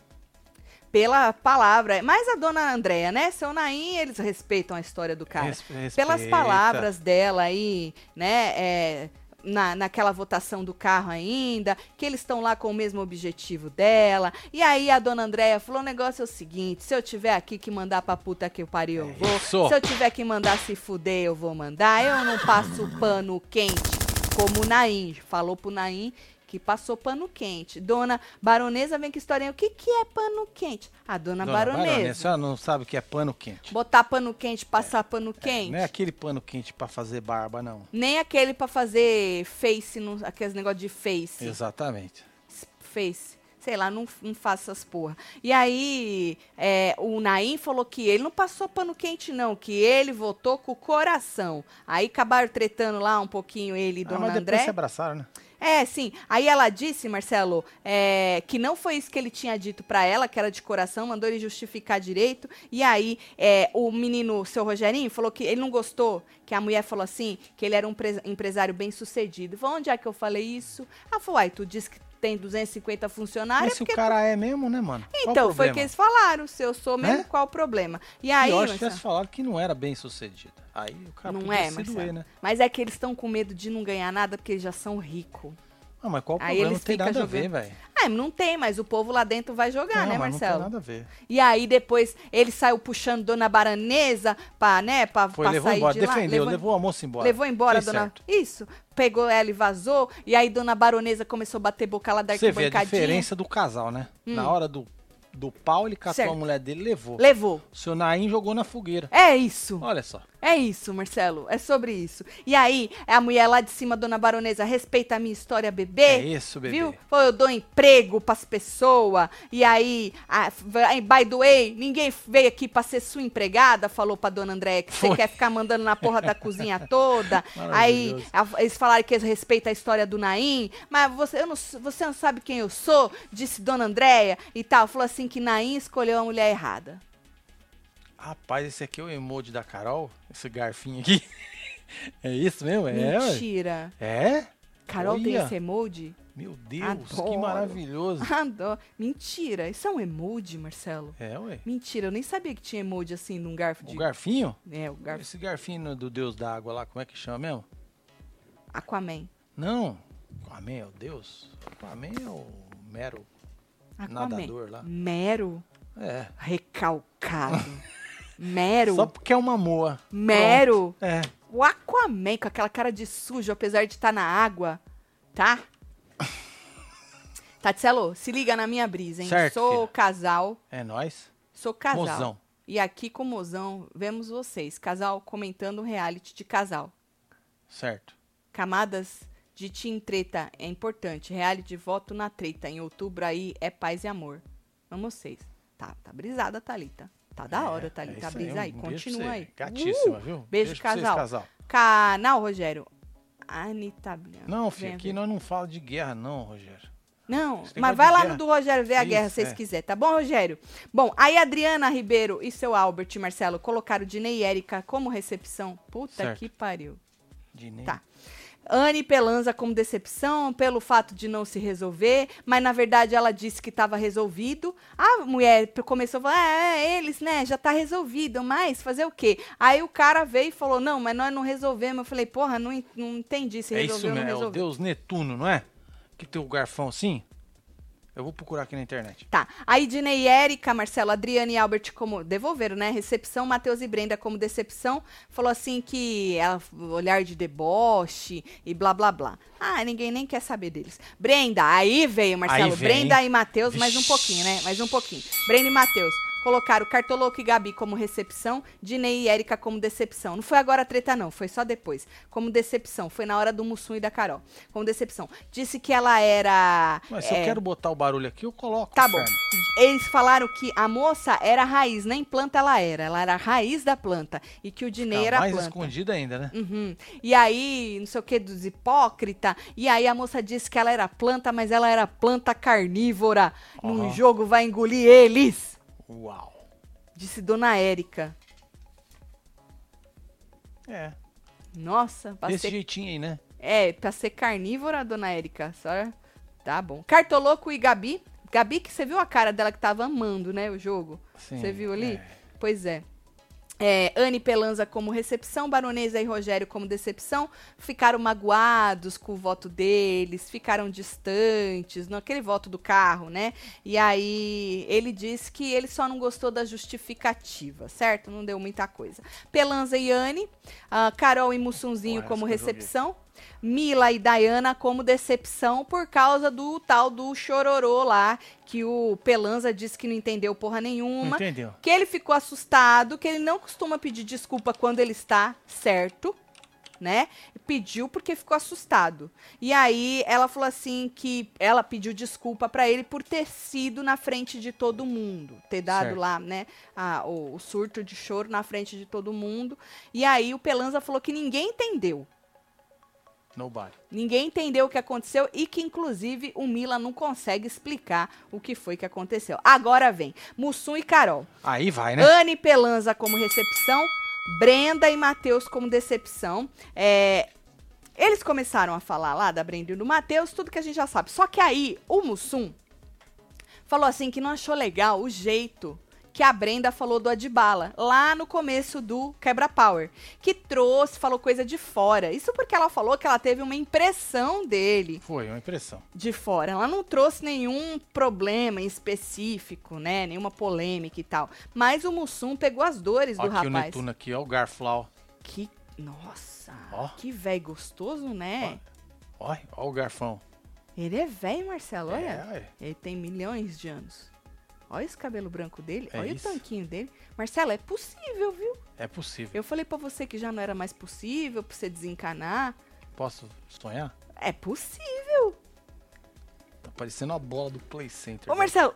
Pela palavra. Mas a dona Andréia, né? Seu Nain, eles respeitam a história do cara Res- pelas respeita. palavras dela aí, né? é, na, naquela votação do carro ainda, que eles estão lá com o mesmo objetivo dela. E aí a dona Andréia falou: o negócio é o seguinte: se eu tiver aqui que mandar pra puta que eu pariu, eu vou. É Isso. Se eu tiver que mandar se fuder, eu vou mandar. Eu não passo pano quente, como o Naim. Falou pro Naim que passou pano quente. Dona Baronesa vem com historinha. O que, que é pano quente? A dona, Dona Baronesa. A senhora não sabe o que é pano quente. Botar pano quente, passar pano quente. Não é aquele pano quente pra fazer barba, não. Nem aquele pra fazer face, não- aqueles negócios de face. Exatamente. Face. Sei lá, não, não faço essas porra. E aí, é, o Naim falou que ele não passou pano quente, não, que ele votou com o coração. Aí acabaram tretando lá um pouquinho ele e Ah, Dona mas depois André. se abraçaram, né? É, sim. Aí ela disse, Marcelo, é, que não foi isso que ele tinha dito pra ela, que era de coração, mandou ele justificar direito. E aí é, o menino, o seu Rogerinho, falou que ele não gostou, que a mulher falou assim, que ele era um presa- empresário bem sucedido. Falou, onde é que eu falei isso? Ela falou, uai, tu disse que tem 250 funcionários, Mas se o cara é mesmo, né, mano? Qual Ah, Então, o foi o problema? que eles falaram. Se eu sou mesmo, Né? qual o problema? E E aí, eu acho que Marcelo- tivesse falado que não era bem sucedida. Aí o cara Não podia é, se Marcelo. doer, né? mas é que eles estão com medo de não ganhar nada porque eles já são ricos. Ah, mas qual o Aí problema? eles Não tem ficam nada a ver, jogando. velho. Ah, não tem, mas o povo lá dentro vai jogar, não, né, mas Marcelo? não tem nada a ver. E aí depois ele saiu puxando Dona Baranesa pra, né, pra, Foi, pra levou sair embora, de lá. defendeu, levou, o almoço embora. levou embora a Fez Dona... certo. Isso, pegou ela e vazou. E aí Dona Baronesa começou a bater boca lá da Você vê a arquibancadinha. Hum. diferença do casal, né? Na hora do, do pau, ele catou Certo. a mulher dele e levou. Levou. O seu Naim jogou na fogueira. É isso. Olha só. É isso, Marcelo. É sobre isso. E aí, a mulher lá de cima, dona baronesa, respeita a minha história, bebê. É isso, bebê. Viu? Pô, eu dou emprego pras pessoas. E aí, a- vai- by the way, ninguém veio aqui pra ser sua empregada, falou pra dona Andréia, que você Foi. quer ficar mandando na porra da cozinha *laughs* toda. Aí, a- eles falaram que eles respeitam a história do Naim, mas você, eu não, s- você não sabe quem eu sou, disse dona Andréia e tal. Falou assim que Naim escolheu a mulher errada. Rapaz, esse aqui é o emoji da Carol? Esse garfinho aqui? *laughs* é isso mesmo? É, ué? Mentira. É? Carol tem Olha. esse emoji? *laughs* Meu Deus, que Adoro. maravilhoso. Adoro. Mentira, isso é um emoji, Marcelo? É, ué. Mentira, eu nem sabia que tinha emoji assim num garfo O de. garfinho? É, o garfo. Esse garfinho do Deus da Água lá, como é que chama mesmo? Aquaman. Não. Aquaman é o Deus? Aquaman é o mero Aquaman. nadador tá. lá. Mero É. *laughs* recalcado. Mero. Só porque é uma moa. Mero. Pronto. É. O Aquaman com aquela cara de sujo, apesar de estar na água, *laughs* tá? Tatielo, se liga na minha brisa, hein? Certo, Sou filha. casal. É nós. Sou casal. Mozão. E aqui com o mozão, vemos vocês, casal comentando um reality de casal. Certo. Camadas de Team Treta é importante. Reality de voto na treta. Em outubro aí é paz e amor. Vamos vocês. Tá, tá brisada, Thalita. Tá da hora, É, Thalita. é tá isso brisa aí. um beijo pra Continua você. aí. Uh, Gatíssima, viu? Beijo, pra vocês, casal. casal. Canal, Rogério. Anitta Bianco. Não, filho, Vem aqui ver. nós não falamos de guerra, não, Rogério. Não, Esse mas negócio vai de lá guerra. no do Rogério ver a um Isso, guerra se vocês é. quiserem, tá bom, Rogério? Bom, aí a Adriana Ribeiro e seu Albert Marcelo colocaram Dinei e Érica como recepção. Puta Certo. que pariu. De nem... Tá. Anne Pelanza como decepção pelo fato de não se resolver, mas na verdade ela disse que estava resolvido. A mulher p- começou a falar: "Ah, é, eles, né, já tá resolvido, mas fazer o quê? Aí o cara veio e falou: não, mas nós não resolvemos. Eu falei: porra, não, en- não entendi se É isso resolveu ou não mesmo, é o resolveu. Deus Netuno, não é? Que tem o garfão assim? Eu vou procurar aqui na internet. Tá. Aí Dinei e Érica, Marcelo, Adriane e Albert como devolveram, né? Recepção, Matheus e Brenda como decepção. Falou assim que ela, olhar de deboche e blá blá blá. Ah, ninguém nem quer saber deles. Brenda, aí veio, Marcelo. Aí vem. Brenda e Matheus, mais um Vixe. pouquinho, né? Mais um pouquinho. Brenda e Matheus. Colocaram Cartoloco e Gabi como recepção, Dinei e Érica como decepção. Não foi agora a treta, não, foi só depois. Como decepção. Foi na hora do Mussum e da Carol. Como decepção. Disse que ela era. Mas se eu é, quero botar o barulho aqui, eu coloco. Tá bom. inferno. Eles falaram que a moça era a raiz, nem planta ela era. Ela era a raiz da planta. E que o Dinei Tá era a mais planta. escondida ainda, né? Uhum. E aí, não sei o que, dos hipócrita. E aí a moça disse que ela era planta, mas ela era planta carnívora. Num Aham. jogo vai engolir eles, Uau. disse Dona Érica. É. Nossa, pra Desse ser, jeitinho aí, né? é, pra ser carnívora, Dona Érica. Só... Tá bom. Cartoloco e Gabi. Gabi, que você viu a cara dela que tava amando, né, o jogo? Sim, Você viu ali? é. Pois é. É, Anne Pelanza como recepção, Baronesa e Rogério como decepção, ficaram magoados com o voto deles, ficaram distantes, naquele voto do carro, né? E aí ele disse que ele só não gostou da justificativa, certo? Não deu muita coisa. Pelanza e Anne, ah, Carol e Mussunzinho Porra, como essa que eu joguei. recepção, Mila e Diana como decepção por causa do tal do chororô lá, que o Pelanza disse que não entendeu porra nenhuma. Não Entendeu? Que ele ficou assustado, que ele não costuma pedir desculpa quando ele está certo, né? Pediu porque ficou assustado. E aí ela falou assim que ela pediu desculpa pra ele por ter sido na frente de todo mundo, ter dado Certo. lá, né, a- o, o surto de choro na frente de todo mundo. E aí o Pelanza falou que ninguém entendeu. Nobody. Ninguém entendeu o que aconteceu e que, inclusive, o Mila não consegue explicar o que foi que aconteceu. Agora vem Mussum e Carol. Aí vai, né? Anne Pelanza como recepção, Brenda e Matheus como decepção. É, eles começaram a falar lá da Brenda e do Matheus, tudo que a gente já sabe. Só que aí o Mussum falou assim que não achou legal o jeito que a Brenda falou do Adibala lá no começo do Quebra Power, que trouxe, falou coisa de fora. Isso porque ela falou que ela teve uma impressão dele Foi, uma impressão. de fora. Ela não trouxe nenhum problema em específico, né? Nenhuma polêmica e tal. Mas o Mussum pegou as dores Ó do aqui o rapaz. Netuno aqui, ó. O Garflau. Que. Nossa! Ó. Que velho gostoso, né? Ó, ó o Garfão. Ele é velho, Marcelo, É, olha. ué. Ele tem milhões de anos. Olha esse cabelo branco dele, É olha isso. o tanquinho dele. Marcelo, é possível, viu? É possível. Eu falei pra você que já não era mais possível, pra você desencanar. Posso sonhar? É possível. Tá parecendo a bola do Play Center. Ô, velho. Marcelo,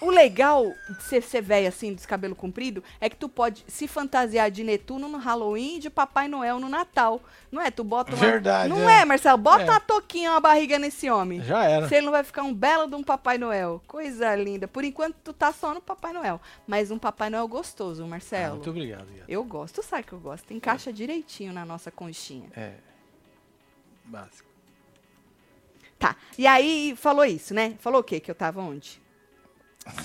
o legal de ser, ser velho assim, dos cabelos compridos, é que tu pode se fantasiar de Netuno no Halloween e de Papai Noel no Natal. Não é? Tu bota uma... Verdade, Não é. é, Marcelo? Bota É. uma toquinha, uma barriga nesse homem. Já era. Se ele não vai ficar um belo de um Papai Noel. Coisa linda. Por enquanto, tu tá só no Papai Noel. Mas um Papai Noel gostoso, Ah, Marcelo. muito obrigado, Ian. Eu gosto. Tu sabe que eu gosto. Encaixa direitinho na nossa conchinha. É. Básico. Tá. E aí falou isso, né? Falou o quê? Que eu tava onde?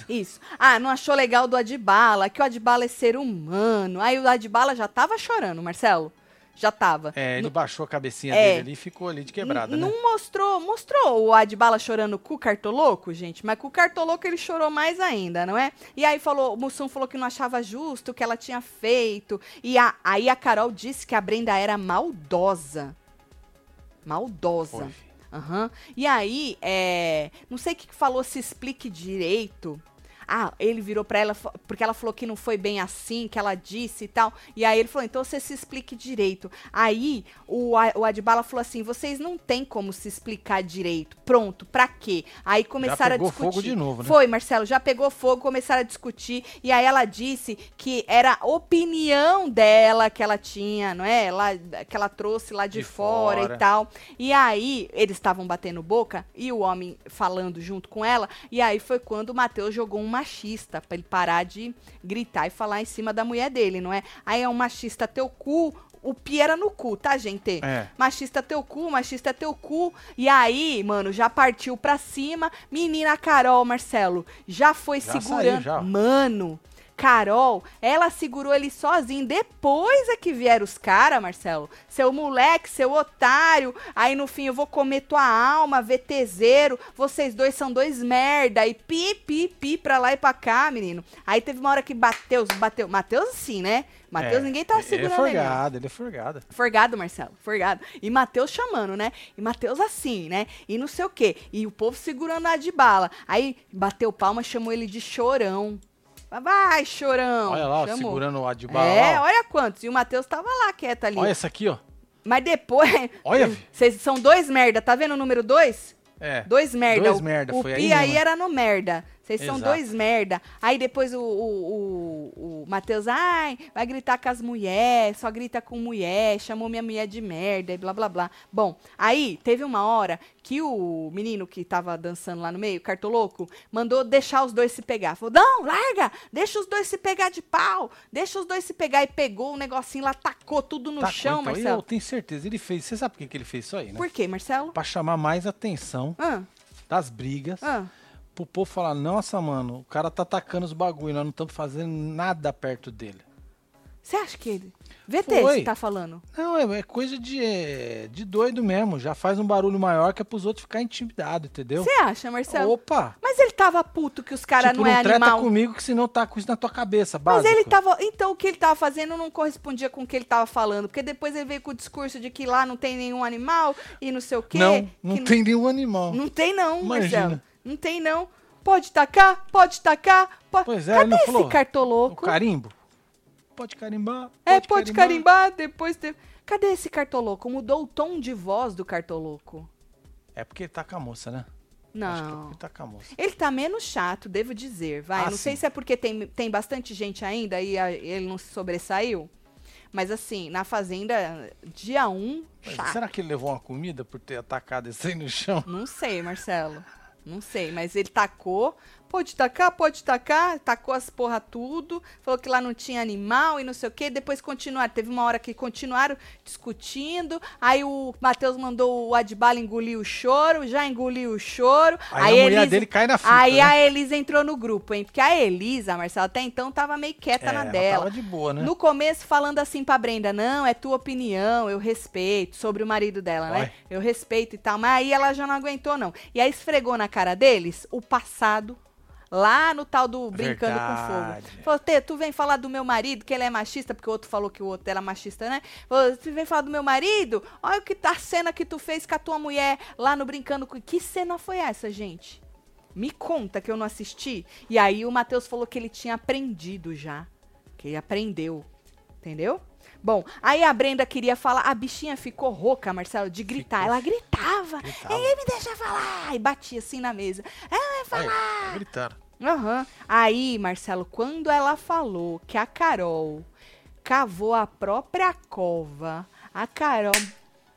Isso. Ah, não achou legal do Adibala, que o Adibala é ser humano. Aí o Adibala já tava chorando, Marcelo. Já tava. É, ele baixou a cabecinha É. dele ali e ficou ali de quebrada, N- né? Não mostrou, mostrou o Adbala chorando com o cartoloco, gente, mas com o cartoloco ele chorou mais ainda, não é? E aí falou, o Mussum falou que não achava justo o que ela tinha feito. E a- aí a Carol disse que a Brenda era maldosa. Maldosa. Foi. Aham. E aí, é, não sei o que que falou, se explique direito. Ah, ele virou pra ela, fa- porque ela falou que não foi bem assim, que ela disse e tal. E aí ele falou, então você se explique direito. Aí o, A- o Adbala falou assim, vocês não têm como se explicar direito. Pronto, pra quê? Aí começaram pegou a discutir. fogo de novo, né? Foi, Marcelo, já pegou fogo, começaram a discutir. E aí ela disse que era a opinião dela que ela tinha, não é? Lá, que ela trouxe lá de, De fora, fora. e tal. E aí eles estavam batendo boca e o homem falando junto com ela. E aí foi quando o Matheus jogou um machista pra ele parar de gritar e falar em cima da mulher dele, não é? Aí é um machista teu cu, o pi era no cu, tá, gente? É. Machista teu cu, machista é teu cu. E aí, mano, já partiu pra cima. Menina Carol, Marcelo, já foi Já segurando. saiu, já. Mano, Carol, ela segurou ele sozinho. Depois é que vieram os caras, Marcelo. Seu moleque, seu otário. Aí no fim eu vou comer tua alma, VTZero. Vocês dois são dois merda. E pi, pi, pi pra lá e pra cá, menino. Aí teve uma hora que Mateus, bateu. Mateus sim, né? Mateus, É, ninguém tá ele- segurando Ele é ele. não. forgado, ele é forgado. Forgado, Marcelo, forgado. E Matheus chamando, né? E Matheus assim, né? E não sei o quê. E o povo segurando a de bala. Aí bateu palma, chamou ele de chorão. Vai, chorão. Olha lá, ó, Chamou. segurando a de bala. É, lá, ó. olha quantos. E o Matheus tava lá quieto ali. Olha essa aqui, ó. Mas depois. Olha, vi. *laughs* Vocês são dois merda, tá vendo o número dois? É. Dois merda. Dois o, merda, o foi aí Pi aí, mesmo, né? era no merda. Vocês são Exato. dois merda. Aí depois o, o, o, o Matheus, ai, vai gritar com as mulheres, só grita com mulher, chamou minha mulher de merda e blá blá blá. Bom, aí teve uma hora que o menino que tava dançando lá no meio, cartoloco, mandou deixar os dois se pegar. Falou, não, larga, deixa os dois se pegar de pau, deixa os dois se pegar. E pegou o negocinho lá, tacou tudo no Tacou, chão, então. Eu Marcelo. tenho certeza. Ele fez. Você sabe por que que ele fez isso aí, né? Por quê, Marcelo? Pra chamar mais atenção Ah, das brigas. ah. Pro povo falar, nossa, mano, o cara tá atacando os bagulho, nós não estamos fazendo nada perto dele. Você acha que ele. VT, Foi. você tá falando. Não, é, é coisa de, é, de doido mesmo. Já faz um barulho maior que é pros outros ficar intimidados, entendeu? Você acha, Marcelo? Opa! Mas ele tava puto que os caras tipo, é não é treta animal. comigo que senão tá com isso na tua cabeça, Mas básico. ele tava. Então, o que ele tava fazendo não correspondia com o que ele tava falando. Porque depois ele veio com o discurso de que lá não tem nenhum animal e não sei o quê. Não, que não tem nenhum animal. Não tem, não, Imagina. Marcelo. Não tem, não. Pode tacar, pode tacar. Pode... Pois é, ele Cadê não esse falou. O cartoloco? carimbo? Pode carimbar. É, pode carimbar, depois tem. Cadê esse cartoloco? Mudou o tom de voz do cartoloco. É porque ele tá com a moça, né? Acho que é Não. porque tá com a moça. Ele tá menos chato, devo dizer, vai. Ah, não sei sim. se é porque tem, tem bastante gente ainda e a- ele não se sobressaiu. Mas assim, na Fazenda, dia 1, um, Mas chato. será que ele levou uma comida por ter atacado esse aí no chão? Não sei, Marcelo. Não sei, mas ele tacou. Pode tacar, pode tacar. Tacou as porra tudo. Falou que lá não tinha animal e não sei o quê. Depois continuaram. Teve uma hora que continuaram discutindo. Aí o Matheus mandou o Adbala engolir o choro. Já engoliu o choro. Aí a mulher dele cai na fita, Aí né? a Elisa entrou no grupo, hein? Porque a Elisa, Marcelo, até então tava meio quieta é, na ela dela. tava de boa, né? No começo, falando assim pra Brenda, não, é tua opinião, eu respeito, sobre o marido dela, né? Vai. Eu respeito e tal, mas aí ela já não aguentou, não. E aí esfregou na cara deles o passado, lá no tal do Brincando com Verdade. Fogo. Falou, Tê, tu vem falar do meu marido, que ele é machista, porque o outro falou que o outro era machista, né? Falou, tu vem falar do meu marido? Olha o que tá a cena que tu fez com a tua mulher lá no Brincando com... Que cena foi essa, gente? Me conta que eu não assisti. E aí o Matheus falou que ele tinha aprendido já. Que ele aprendeu. Entendeu? Bom, aí a Brenda queria falar, a bichinha ficou rouca, Marcelo, de gritar. Ficou. Ela gritava. Gritava. Ei, me deixa falar! E batia assim na mesa. Ela vai falar. Olha, gritaram. Aham. Aí, Marcelo, quando ela falou que a Carol cavou a própria cova, a Carol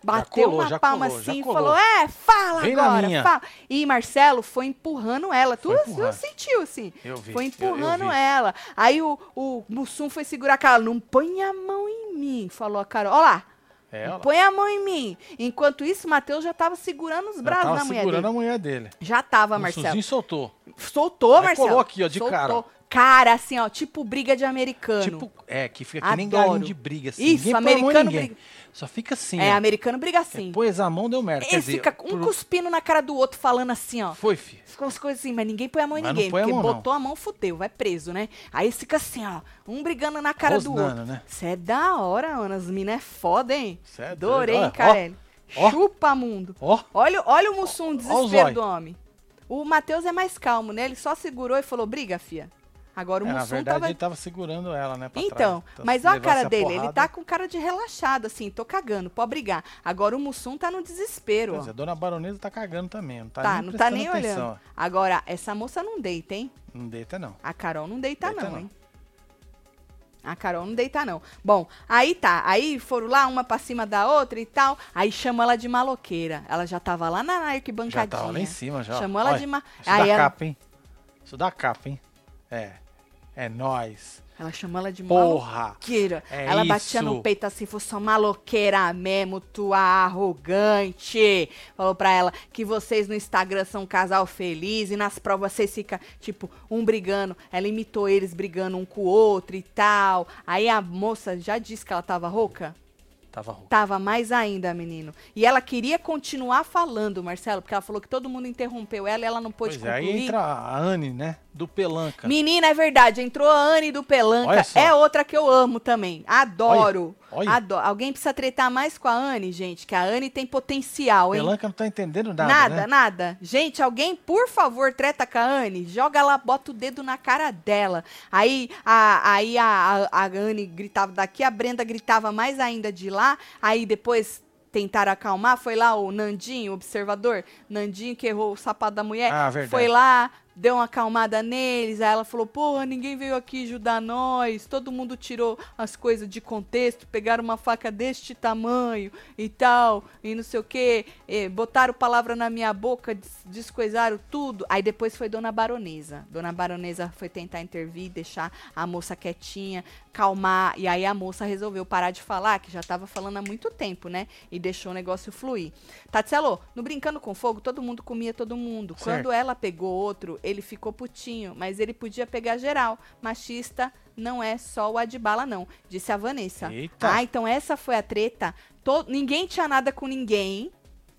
bateu colou, uma já palma colou, já assim e colou. falou: É, fala Vem na agora, minha." fala. E Marcelo foi empurrando ela. Tu, Foi tu empurrando. sentiu, assim. Eu vi. Foi eu- eu empurrando vi. ela. Aí o, o Mussum foi segurar a Carol. Não põe a mão em mim, falou a Carol. Ó lá, É, ela. põe a mão em mim. Enquanto isso, o Matheus já tava segurando os ela braços tava da mulher segurando dele. a mulher dele. Já tava, O Marcelo. Suzinho soltou. Soltou, Aí Marcelo. colou aqui, ó, de Soltou. cara. Cara, assim, ó, tipo briga de americano. Tipo, é, que fica que nem Adoro. galinho de briga, assim. Isso, ninguém põe a mão em americano ninguém. briga. Só fica assim, é, ó. americano briga assim. Pois a mão deu merda. Quer Ele dizer, fica um pro- cuspindo na cara do outro, falando assim, ó. Foi, filho. Ficam as coisas assim, mas ninguém põe a mão em Mas não ninguém. põe a Porque mão, não. botou a mão, fudeu, vai preso, né? Aí fica assim, ó, um brigando na cara do Rosnando, outro. né? Isso é da hora, Ana. As minas é foda, hein? Cê é Adorei, doido. hein, Ó, Carelli. ó. Chupa mundo. Ó, Olha, olha o Mussum, o o desespero zóio. do homem. O Matheus é mais calmo, né? Ele só segurou e falou, briga, fia. Agora o é, na Mussum verdade tava ele tava segurando ela, né? pra Então, trás. Então, mas se olha a levasse cara dele, ele porrada- tá com cara de relaxado, assim, tô cagando, pode brigar. Agora o Mussum tá no desespero, Pois ó. é, a dona baronesa tá cagando também, não tá, Tá, nem não tá nem prestando atenção, olhando. Agora, essa moça não deita, hein? ó. Não deita não. A Carol não deita, Deita não, não. hein? A Carol não deita, não. Bom, aí tá. Aí foram lá, uma pra cima da outra e tal. Aí chama ela de maloqueira. Ela já tava lá na arquibancadinha. Já tava lá em cima já. ó. Chamou ela Olha, de ma... Isso Aí dá ela, capa, hein? Isso dá capa, hein? É. É nóis. ela chamou ela de maloqueira. Porra. maloqueira. É ela batia isso. no peito assim, foi só maloqueira mesmo, tua arrogante. Falou pra ela que vocês no Instagram são um casal feliz e nas provas vocês ficam, tipo, um brigando. Ela imitou eles brigando um com o outro e tal. Aí a moça já disse que ela tava rouca? Tava rouco. Tava mais ainda, menino. E ela queria continuar falando, Marcelo, porque ela falou que todo mundo interrompeu ela e ela não pôde Pois é, aí concluir. entra a Anne, né? Do Pelanca. Menina, é verdade. Entrou a Anne do Pelanca. Olha só. É outra que eu amo também. Adoro. Olha. Ado- Alguém precisa tretar mais com a Anne, gente, que a Anne tem potencial, hein? Pelanca não tá entendendo nada, Nada, nada, né? Gente, alguém, por favor, treta com a Anne. Joga lá, bota o dedo na cara dela. Aí a, aí a, a, a Anne gritava daqui, a Brenda gritava mais ainda de lá. Aí depois tentaram acalmar. Foi lá o Nandinho, o observador. Nandinho que errou o sapato da mulher. Ah, verdade. Foi lá, deu uma acalmada neles. Aí ela falou: Porra, ninguém veio aqui ajudar nós. Todo mundo tirou as coisas de contexto, pegaram uma faca deste tamanho e tal, e não sei o quê. eh, botaram palavra na minha boca, des- descoisaram tudo. Aí depois foi Dona Baronesa. Dona Baronesa foi tentar intervir, deixar a moça quietinha, calmar. E aí a moça resolveu parar de falar, que já tava falando há muito tempo, né? E deixou o negócio fluir. Tatielo, no Brincando com Fogo, todo mundo comia todo mundo. Certo. Quando ela pegou outro, ele ficou putinho, mas ele podia pegar geral. Machista não é só o Adbala, não, disse a Vanessa. Eita. Ah, então essa foi a treta. To- Ninguém tinha nada com ninguém,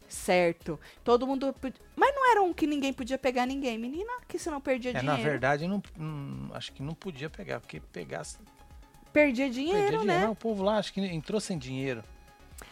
certo? Todo mundo. pod- Mas não era um que ninguém podia pegar ninguém, menina, que se não perdia É, na dinheiro. verdade, não, hum, acho que não podia pegar, porque pegasse. Perdia dinheiro, perdia né? dinheiro. Não, O povo lá acho que entrou sem dinheiro.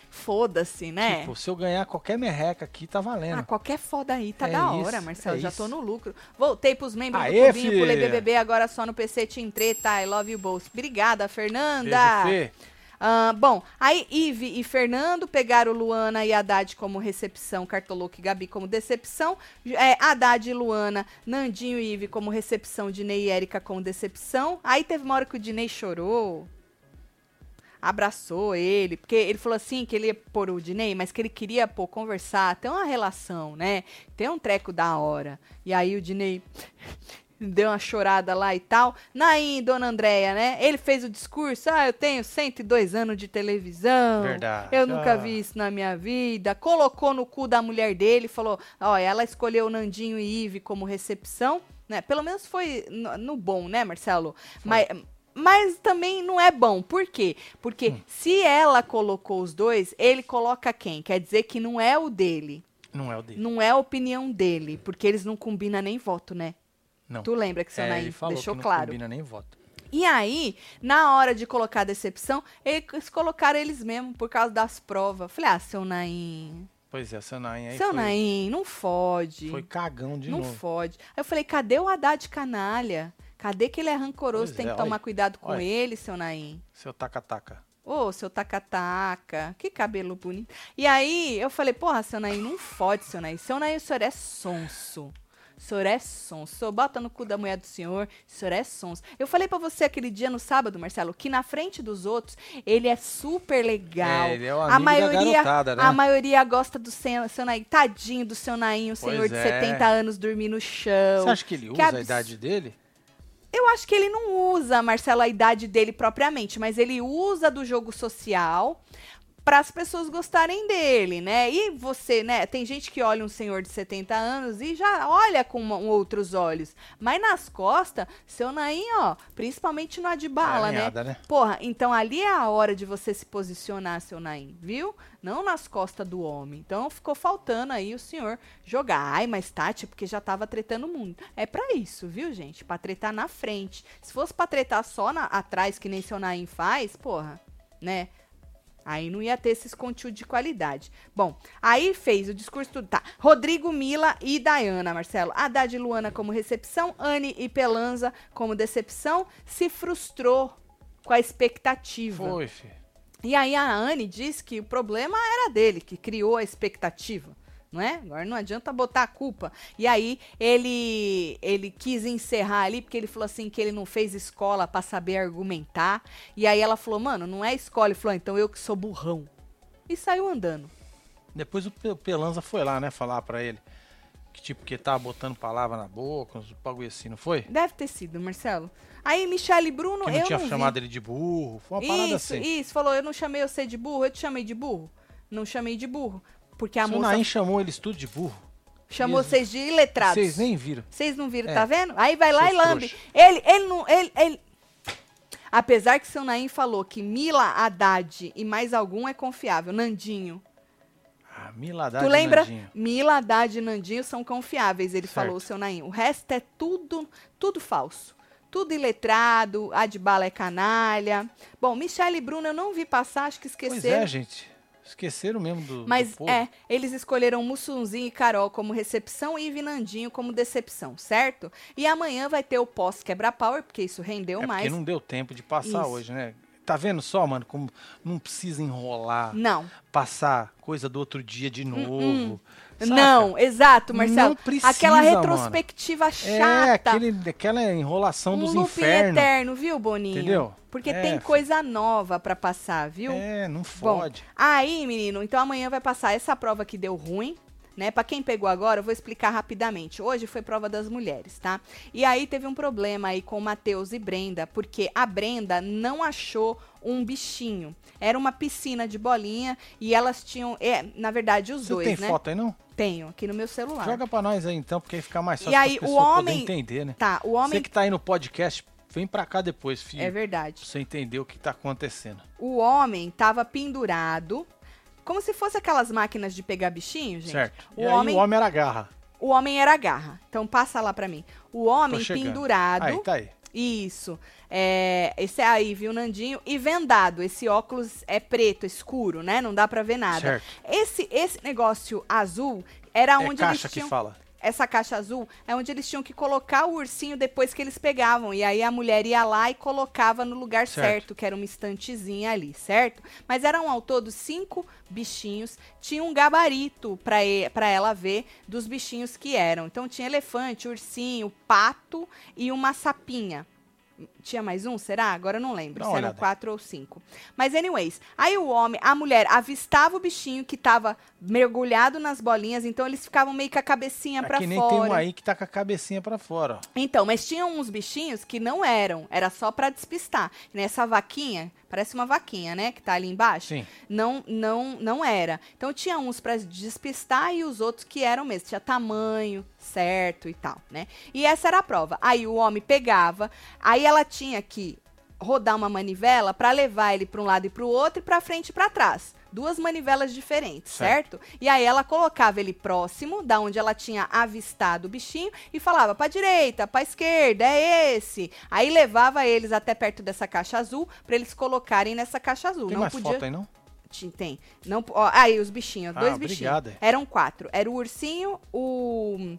Foda-se, né? Tipo, se eu ganhar qualquer merreca aqui, tá Ah, valendo. qualquer foda aí tá É da isso, hora, Marcelo. é já isso. tô no lucro. Voltei pros membros Aê, do clubinho, pulei filha. BBB, agora só no PC Team Treta. I love you both. Obrigada, Fernanda. Beijo, Fê. Ah, bom, aí Ive e Fernando pegaram Luana e Haddad como recepção, Cartoloco e Gabi como decepção, é, Haddad e Luana, Nandinho e Ive como recepção, Dinei e Érica como decepção. Aí teve uma hora que o Dinei chorou, abraçou ele, porque ele falou assim que ele ia pôr o Dinei, mas que ele queria, pô, conversar, ter uma relação, né? Ter um treco da hora. E aí o Dinei *laughs* deu uma chorada lá e tal. Naim, Dona Andréia, né? Ele fez o discurso, ah, eu tenho 102 anos de televisão. Verdade. Eu nunca Ah. vi isso na minha vida. Colocou no cu da mulher dele, falou, ó, ela escolheu Nandinho e Ive como recepção, né? Pelo menos foi no, no bom, né, Marcelo? Mas... Mas também não é bom. Por quê? Porque Hum. se ela colocou os dois, ele coloca quem? Quer dizer que não é o dele. Não é o dele. Não é a opinião dele. Porque eles não combinam nem voto, né? Não. Tu lembra que seu É, Naim ele falou deixou que não claro. combina nem voto. E aí, na hora de colocar a decepção, eles colocaram eles mesmo por causa das provas. Falei, ah, seu Naim. Pois é, seu Nain aí seu foi, Naim, não fode. foi cagão de não novo. fode. Aí eu falei, cadê o Haddad canalha? Cadê que ele é rancoroso? Pois tem é, que tomar olha, cuidado com olha. ele, seu Naim. Seu taca-taca. Ô, seu tacataca, que cabelo bonito. E aí eu falei, porra, seu Naí, não fode, seu Naí. Seu Naí, o senhor é sonso. O senhor é sonso. O senhor bota no cu da mulher do senhor, o senhor é sonso. Eu falei pra você aquele dia no sábado, Marcelo, que na frente dos outros, ele é super legal. É, ele é o a amigo da maioria, garotada, né? a maioria gosta do seu, seu Naí. Tadinho do seu Naí, um senhor de é. 70 anos dormir no chão. Você acha que ele usa a abs- idade dele? Eu acho que ele não usa, Marcelo, a idade dele propriamente, mas ele usa do jogo social para as pessoas gostarem dele, né? E você, né? Tem gente que olha um senhor de 70 anos e já olha com uma- um outros olhos. Mas nas costas, seu Naim, ó, principalmente no Adbala, é né? alinhada, né? Porra, então ali é a hora de você se posicionar, seu Naim, viu? Não nas costas do homem. Então ficou faltando aí o senhor jogar. Ai, mas Tati, porque já tava tretando muito. É pra isso, viu, gente? Pra tretar na frente. Se fosse pra tretar só na- atrás, que nem seu Naim faz, porra, né? Aí não ia ter esses conteúdos de qualidade. Bom, aí fez o discurso tudo. Tá. Rodrigo, Mila e Dayana, Marcelo. Haddad e Luana como recepção. Anne e Pelanza como decepção. Se frustrou com a expectativa. Foi, filho. E aí a Anne diz que o problema era dele, que criou a expectativa. Não é? Agora não adianta botar a culpa. E aí ele ele quis encerrar ali porque ele falou assim que ele não fez escola pra saber argumentar. E aí ela falou: "Mano, não é escola". Ele falou: ah, "Então eu que sou burrão". E saiu andando. Depois o Pe- Pelanza foi lá, né, falar pra ele. Que tipo, que tava botando palavra na boca, uns bagulho assim, não foi? Deve ter sido, Marcelo. Aí Michele e Bruno, Que eu não tinha não vi. chamado ele de burro. Foi uma isso, parada assim. isso, falou: "Eu não chamei você de burro, eu te chamei de burro". Não chamei de burro, porque a Seu moça Nain chamou eles tudo de burro. chamou mesmo. vocês de iletrados. Vocês nem viram. Vocês não viram, É. tá vendo? Aí vai lá Seus e lambe. trouxa. Ele, ele não. Ele, ele... Apesar que seu Naim falou que Mila, Haddad e mais algum é confiável. Nandinho. Ah, Miladade tu lembra? Nandinho. Mila, Haddad e Nandinho são confiáveis, ele Certo. falou, seu Naim. O resto é tudo, tudo falso. Tudo iletrado, a de bala é canalha. Bom, Michelle e Bruno eu não vi passar, acho que Pois esqueceram. é, gente. Esqueceram mesmo do. Mas do povo. é, eles escolheram Mussunzinho e Carol como recepção e Vinandinho como decepção, certo? E amanhã vai ter o pós-quebra-power, porque isso rendeu É porque mais. não deu tempo de passar Isso. hoje, né? Tá vendo só, mano, como não precisa enrolar, Não, passar coisa do outro dia de novo. saca? Hum, não, exato, Marcelo. Não precisa, aquela mano. retrospectiva chata. É, aquele, aquela enrolação um dos looping infernos. eterno, viu, Boninho? Entendeu? Porque É, tem fi- coisa nova pra passar, viu? É, não fode. Aí, menino, então amanhã vai passar essa prova que deu ruim. Né? Para quem pegou agora, eu vou explicar rapidamente. Hoje foi prova das mulheres, tá? E aí teve um problema aí com Matheus e Brenda, porque a Brenda não achou um bichinho. Era uma piscina de bolinha e elas tinham, é, na verdade os Você dois, tem né? foto aí, não? Tenho aqui no meu celular. Joga pra nós aí então, porque aí fica mais E fácil pra aí, o pessoa poder homem- entender, né? Tá, o Você homem que tá aí no podcast, vem pra cá depois, filho. é verdade. Pra você entender o que tá acontecendo. O homem tava pendurado, como se fosse aquelas máquinas de pegar bichinho, gente. Certo. O e homem- aí o homem era garra. O homem era a garra. Então passa lá pra mim. O homem Tô chegando. pendurado. Aí, tá aí. Isso. É, esse é aí, viu, Nandinho? E vendado. Esse óculos é preto, escuro, né? Não dá pra ver nada. Certo. Esse esse negócio azul era é onde caixa eles tinham que fala. essa caixa azul é onde eles tinham que colocar o ursinho depois que eles pegavam. E aí a mulher ia lá e colocava no lugar certo, Certo. que era uma estantezinha ali, certo? Mas eram ao todo cinco bichinhos. Tinha um gabarito pra e- pra ela ver dos bichinhos que eram. Então tinha elefante, ursinho, pato e uma sapinha. Tinha mais um, será? Agora eu não lembro. Dá Se uma eram olhada. quatro ou cinco. Mas, anyways, aí o homem, a mulher avistava o bichinho que tava mergulhado nas bolinhas, então eles ficavam meio com a cabecinha pra Aqui nem tem um fora. aí que tá com a cabecinha pra fora, ó. Então, mas tinham uns bichinhos que não eram, era só pra despistar. Nessa vaquinha, parece uma vaquinha, né, que tá ali embaixo. Sim. Não, não, não era. Então tinha uns pra despistar e os outros que eram mesmo. Tinha tamanho certo e tal, né? E essa era a prova. Aí o homem pegava, aí ela tinha que rodar uma manivela pra levar ele pra um lado e pro outro e pra frente e pra trás. Duas manivelas diferentes, certo? Certo. E aí ela colocava ele próximo da onde ela tinha avistado o bichinho e falava pra direita, pra esquerda, é esse. Aí levava eles até perto dessa caixa azul pra eles colocarem nessa caixa azul. Tem Não mais podia foto aí, não? Ti- Tem. Não, po- ó, aí, os bichinhos, ó, Ah, dois bichinhos. obrigado. Eram quatro. Era o ursinho, o.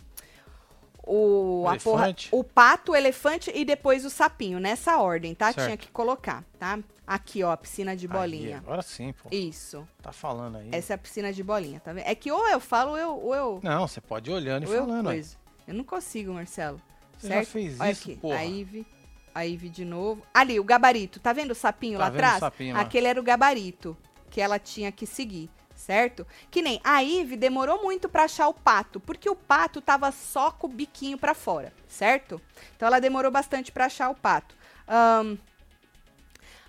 O, a porra, Elefante. o pato, o elefante e depois o sapinho, nessa ordem, tá? Certo. Tinha que colocar, tá? Aqui, ó, a piscina de Aí, bolinha. agora sim, pô. Isso. Tá falando aí. Essa é a piscina de bolinha, tá vendo? É que ou eu falo ou eu. Ou eu, Não, você pode ir olhando e ou eu falando. aí. coiso. Eu não consigo, Marcelo. Você já certo? fez Olha isso, aqui. porra. A Ive. A Ive de novo. Ali, o gabarito. Tá vendo o sapinho Tá lá vendo o atrás? sapinho lá? Aquele era o gabarito que ela tinha que seguir, certo? Que nem a Ive demorou muito pra achar o pato, porque o pato tava só com o biquinho pra fora, certo? Então ela demorou bastante pra achar o pato. Ahn,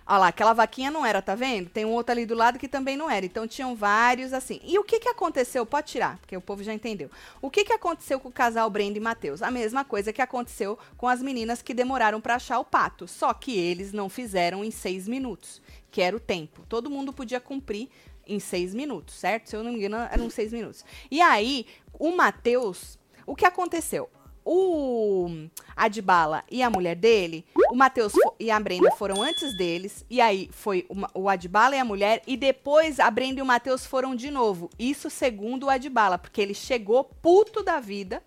Olha lá, aquela vaquinha não era, tá vendo? Tem um outro ali do lado que também não era. Então tinham vários assim. E o que que aconteceu? Pode tirar, porque o povo já entendeu. O que que aconteceu com o casal Brenda e Matheus? A mesma coisa que aconteceu com as meninas que demoraram pra achar o pato. Só que eles não fizeram em seis minutos, que era o tempo. Todo mundo podia cumprir em seis minutos, certo? Se eu não me engano, eram seis minutos. E aí, o Matheus, o que aconteceu? o Adbala e a mulher dele, o Matheus fo- e a Brenda foram antes deles, e aí foi o Ma- o Adbala e a mulher, e depois a Brenda e o Matheus foram de novo. Isso segundo o Adbala, porque ele chegou puto da vida,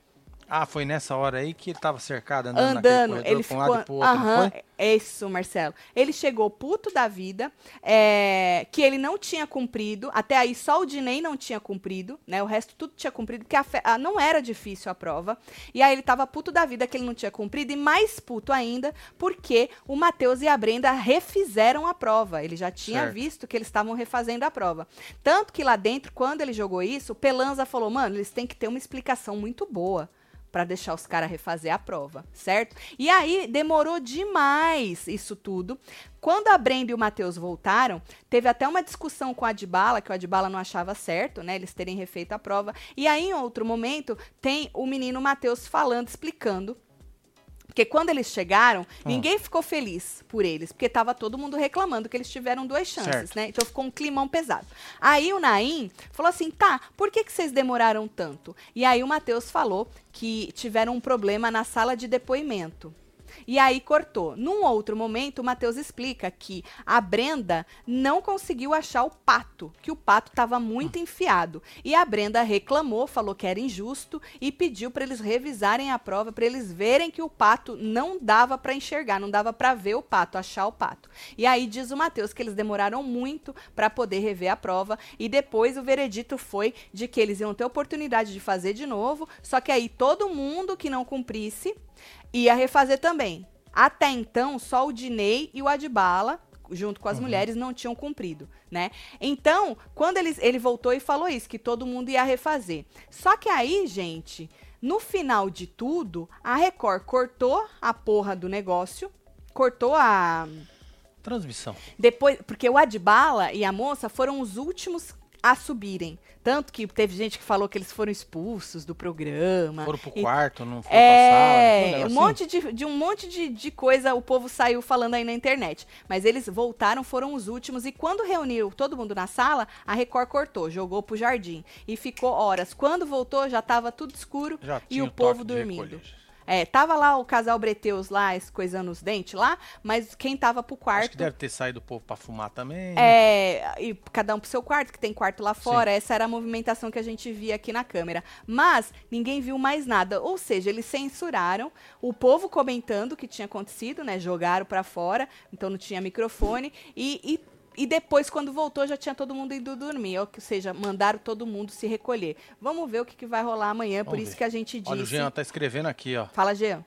Ah, foi nessa hora aí que ele tava cercado andando, naquele andando, corredor ele pra ficou... um lado e pro outro, não Aham, foi? é isso, Marcelo. Ele chegou puto da vida, é, que ele não tinha cumprido, até aí só o Dinei não tinha cumprido, né? O resto tudo tinha cumprido, porque a fe- a- não era difícil a prova. E aí ele tava puto da vida que ele não tinha cumprido, e mais puto ainda, porque o Matheus e a Brenda refizeram a prova. Ele já tinha Certo. visto que eles estavam refazendo a prova. Tanto que lá dentro, quando ele jogou isso, o Pelanza falou, mano, eles têm que ter uma explicação muito boa. Pra deixar os caras refazer a prova, certo? E aí demorou demais isso tudo. Quando a Brenda e o Matheus voltaram, teve até uma discussão com a Adbala, que o Adbala não achava certo, né? Eles terem refeito a prova. E aí, em outro momento, tem o menino Matheus falando, explicando. Porque quando eles chegaram, ninguém ficou feliz por eles, porque tava todo mundo reclamando que eles tiveram duas chances, Certo. né? Então ficou um climão pesado. Aí o Naim falou assim: tá, por que, que vocês demoraram tanto? E aí o Matheus falou que tiveram um problema na sala de depoimento. E aí cortou. Num outro momento, o Matheus explica que a Brenda não conseguiu achar o pato, que o pato estava muito enfiado. E a Brenda reclamou, falou que era injusto e pediu para eles revisarem a prova, para eles verem que o pato não dava para enxergar, não dava para ver o pato, achar o pato. E aí diz o Matheus que eles demoraram muito para poder rever a prova e depois o veredito foi de que eles iam ter oportunidade de fazer de novo, só que aí todo mundo que não cumprisse ia refazer também. Até então, só o Dinei e o Adbala, junto com as uhum. mulheres, não tinham cumprido, né? Então, quando eles, ele voltou e falou isso, que todo mundo ia refazer. Só que aí, gente, no final de tudo, a Record cortou a porra do negócio, cortou a. Transmissão. Depois, porque o Adbala e a moça foram os últimos a subirem. Tanto que teve gente que falou que eles foram expulsos do programa. Foram pro quarto, e... não foram Ah, é, pra sala. Um monte assim. de, de, um monte de, de coisa o povo saiu falando aí na internet. Mas eles voltaram, foram os últimos. E quando reuniu todo mundo na sala, a Record cortou, jogou pro jardim. E ficou horas. Quando voltou, já tava tudo escuro assim? já e o, o povo dormindo. É, tava lá o casal Breteus lá, escoisando os dentes lá, mas quem tava pro quarto. Acho que deve ter saído o povo pra fumar também. É, e cada um pro seu quarto, que tem quarto lá fora. Sim. Essa era a movimentação que a gente via aqui na câmera. Mas ninguém viu mais nada. Ou seja, eles censuraram o povo comentando o que tinha acontecido, né? Jogaram para fora, então não tinha microfone. e, e e depois, quando voltou, já tinha todo mundo indo dormir. Ou seja, mandaram todo mundo se recolher. Vamos ver o que, que vai rolar amanhã, Vamos por isso ver. que a gente disse. Olha, o Jean tá escrevendo aqui, ó. Fala, Jean.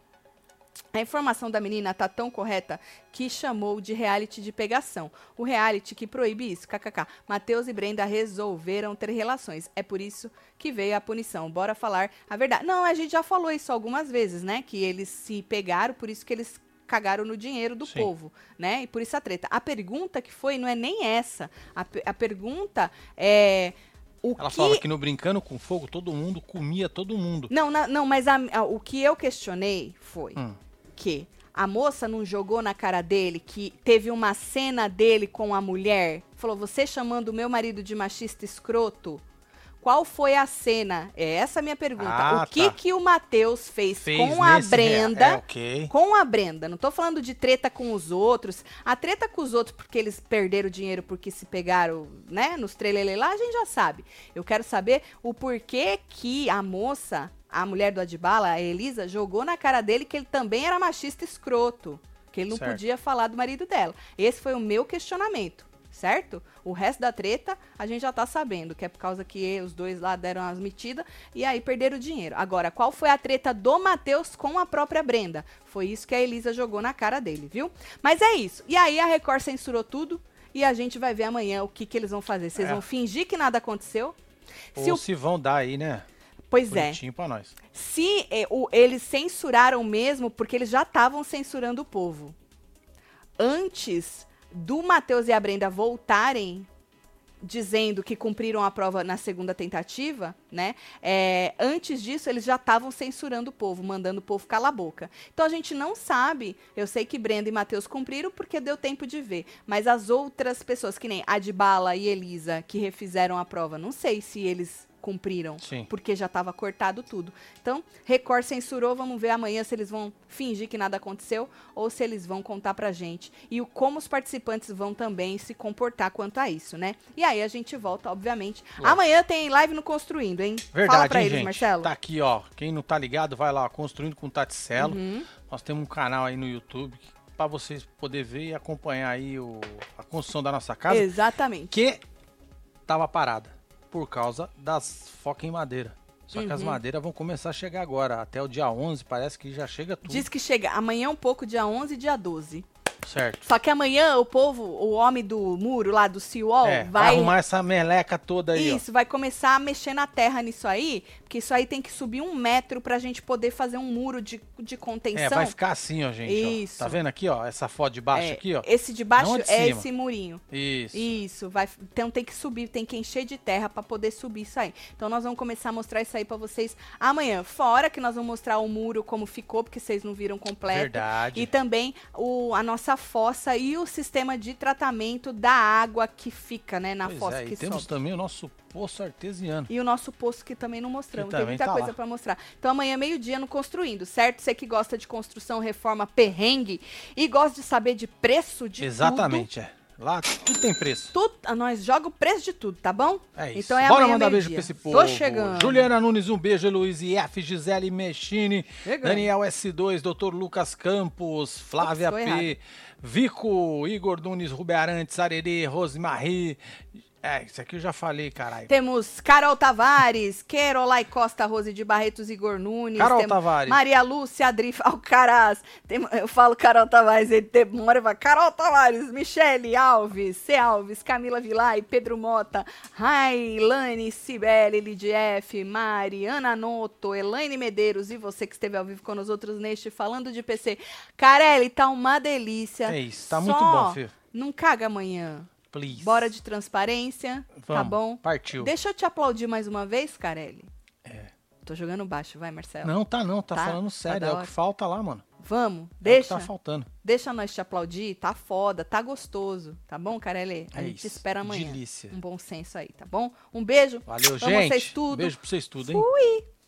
A informação da menina tá tão correta que chamou de reality de pegação. O reality que proíbe isso, kkk. Matheus e Brenda resolveram ter relações. É por isso que veio a punição. Bora falar a verdade. Não, a gente já falou isso algumas vezes, né? Que eles se pegaram, por isso que eles cagaram no dinheiro do Sim. povo, né? E por isso a treta. A pergunta que foi não é nem essa. A, a pergunta é. O Ela que... fala que no Brincando com Fogo todo mundo comia todo mundo. Não, não, não mas a, a, o que eu questionei foi hum. que a moça não jogou na cara dele que teve uma cena dele com a mulher. Falou: Você chamando o meu marido de machista escroto? Qual foi a cena? É essa a minha pergunta. Ah, o que tá. que o Matheus fez, fez, com a Brenda? É, okay. Com a Brenda. Não tô falando de treta com os outros. A treta com os outros porque eles perderam dinheiro porque se pegaram, né, nos trelele lá, a gente já sabe. Eu quero saber o porquê que a moça, a mulher do Adibala, a Elisa, jogou na cara dele que ele também era machista escroto. Que ele não certo. podia falar do marido dela. Esse foi o meu questionamento certo? O resto da treta a gente já tá sabendo, que é por causa que os dois lá deram as metidas e aí perderam o dinheiro. Agora, qual foi a treta do Matheus com a própria Brenda? Foi isso que a Elisa jogou na cara dele, viu? Mas é isso. E aí a Record censurou tudo e a gente vai ver amanhã o que, que eles vão fazer. Vocês é. vão fingir que nada aconteceu? Ou se, o... se vão dar aí, né? Pois Bonitinho é. Pra nós. Se eh, o, eles censuraram mesmo, porque eles já estavam censurando o povo. Antes do Matheus e a Brenda voltarem dizendo que cumpriram a prova na segunda tentativa, né? É, antes disso, eles já estavam censurando o povo, mandando o povo calar a boca. Então a gente não sabe. Eu sei que Brenda e Matheus cumpriram porque deu tempo de ver. Mas as outras pessoas, que nem Adbala e Elisa, que refizeram a prova, não sei se eles cumpriram, Sim. porque já estava cortado tudo. Então, Record censurou, vamos ver amanhã se eles vão fingir que nada aconteceu ou se eles vão contar pra gente e o como os participantes vão também se comportar quanto a isso, né? E aí a gente volta, obviamente. Ué. Amanhã tem live no Construindo, hein? Verdade, Fala pra hein, eles, gente? Marcelo. Tá aqui, ó. Quem não tá ligado, vai lá, Construindo com Taticelo. Uhum. Nós temos um canal aí no YouTube para vocês poder ver e acompanhar aí o, a construção da nossa casa. Exatamente. Que tava parada por causa das foca em madeira. Só uhum. que as madeiras vão começar a chegar agora. Até o dia 11 parece que já chega tudo. Diz que chega amanhã um pouco, dia 11 e dia 12. Certo. Só que amanhã o povo, o homem do muro lá do Ciol, é, vai... vai... arrumar essa meleca toda tá aí. Isso, ó. vai começar a mexer na terra nisso aí, porque isso aí tem que subir um metro pra gente poder fazer um muro de, de contenção. É, vai ficar assim, ó, gente. Isso. Ó. Tá vendo aqui, ó? Essa foto de baixo é, aqui, ó. Esse de baixo de é esse murinho. Isso. Isso, vai. Então tem que subir, tem que encher de terra pra poder subir isso aí. Então nós vamos começar a mostrar isso aí pra vocês amanhã. Fora que nós vamos mostrar o muro como ficou, porque vocês não viram completo. Verdade. E também o, a nossa nossa fossa e o sistema de tratamento da água que fica, né, na pois fossa é, que temos sobe. também o nosso poço artesiano. E o nosso poço que também não mostramos. Que Tem também muita tá coisa lá. pra mostrar. Então amanhã, meio-dia, no Construindo, certo? Você que gosta de construção, reforma, perrengue e gosta de saber de preço de tudo. Exatamente, é. Lá tudo tem preço. Tudo, ah, nós joga o preço de tudo, tá bom? É isso. Então é Bora amanhã, mandar beijo meio-dia. pra esse Tô povo. chegando. Juliana Nunes, um beijo. Luiz IF, Gisele Mechini, Chegando. Daniel S2, Dr. Lucas Campos, Flávia Ops, tô P, Vico, Igor Nunes, Rubem Arantes, Arerê, Rosemarie. É, isso aqui eu já falei, caralho. Temos Carol Tavares, Querolai Costa, Rose de Barretos, Igor Nunes. Carol temos Tavares. Maria Lúcia, Adri Alcaraz. Tem- eu falo Carol Tavares, ele tem uma hora e fala, Carol Tavares, Michele Alves, C. Alves, Camila Vilai, Pedro Mota, Railane, Cibele, Lidief, Mari, Ana Noto, Elaine Medeiros e você que esteve ao vivo com nós outros neste Falando de PC. Carelli, tá uma delícia. É isso, Só tá muito bom, filho. Não caga amanhã. Please. Bora de transparência, tá Vamos, bom? Partiu. Deixa eu te aplaudir mais uma vez, Carelli. É. Tô jogando baixo, vai, Marcelo. Não, tá não, tá, Tá? falando Tá sério. da é o hora. que falta lá, mano. Vamos, É deixa. o que tá faltando. deixa nós te aplaudir, tá foda, tá gostoso, tá bom, Carelli? A É gente te isso, espera amanhã. delícia. Um bom senso aí, tá bom? Um beijo. Valeu, Amo gente. vocês tudo. Beijo pra vocês tudo, hein? Fui.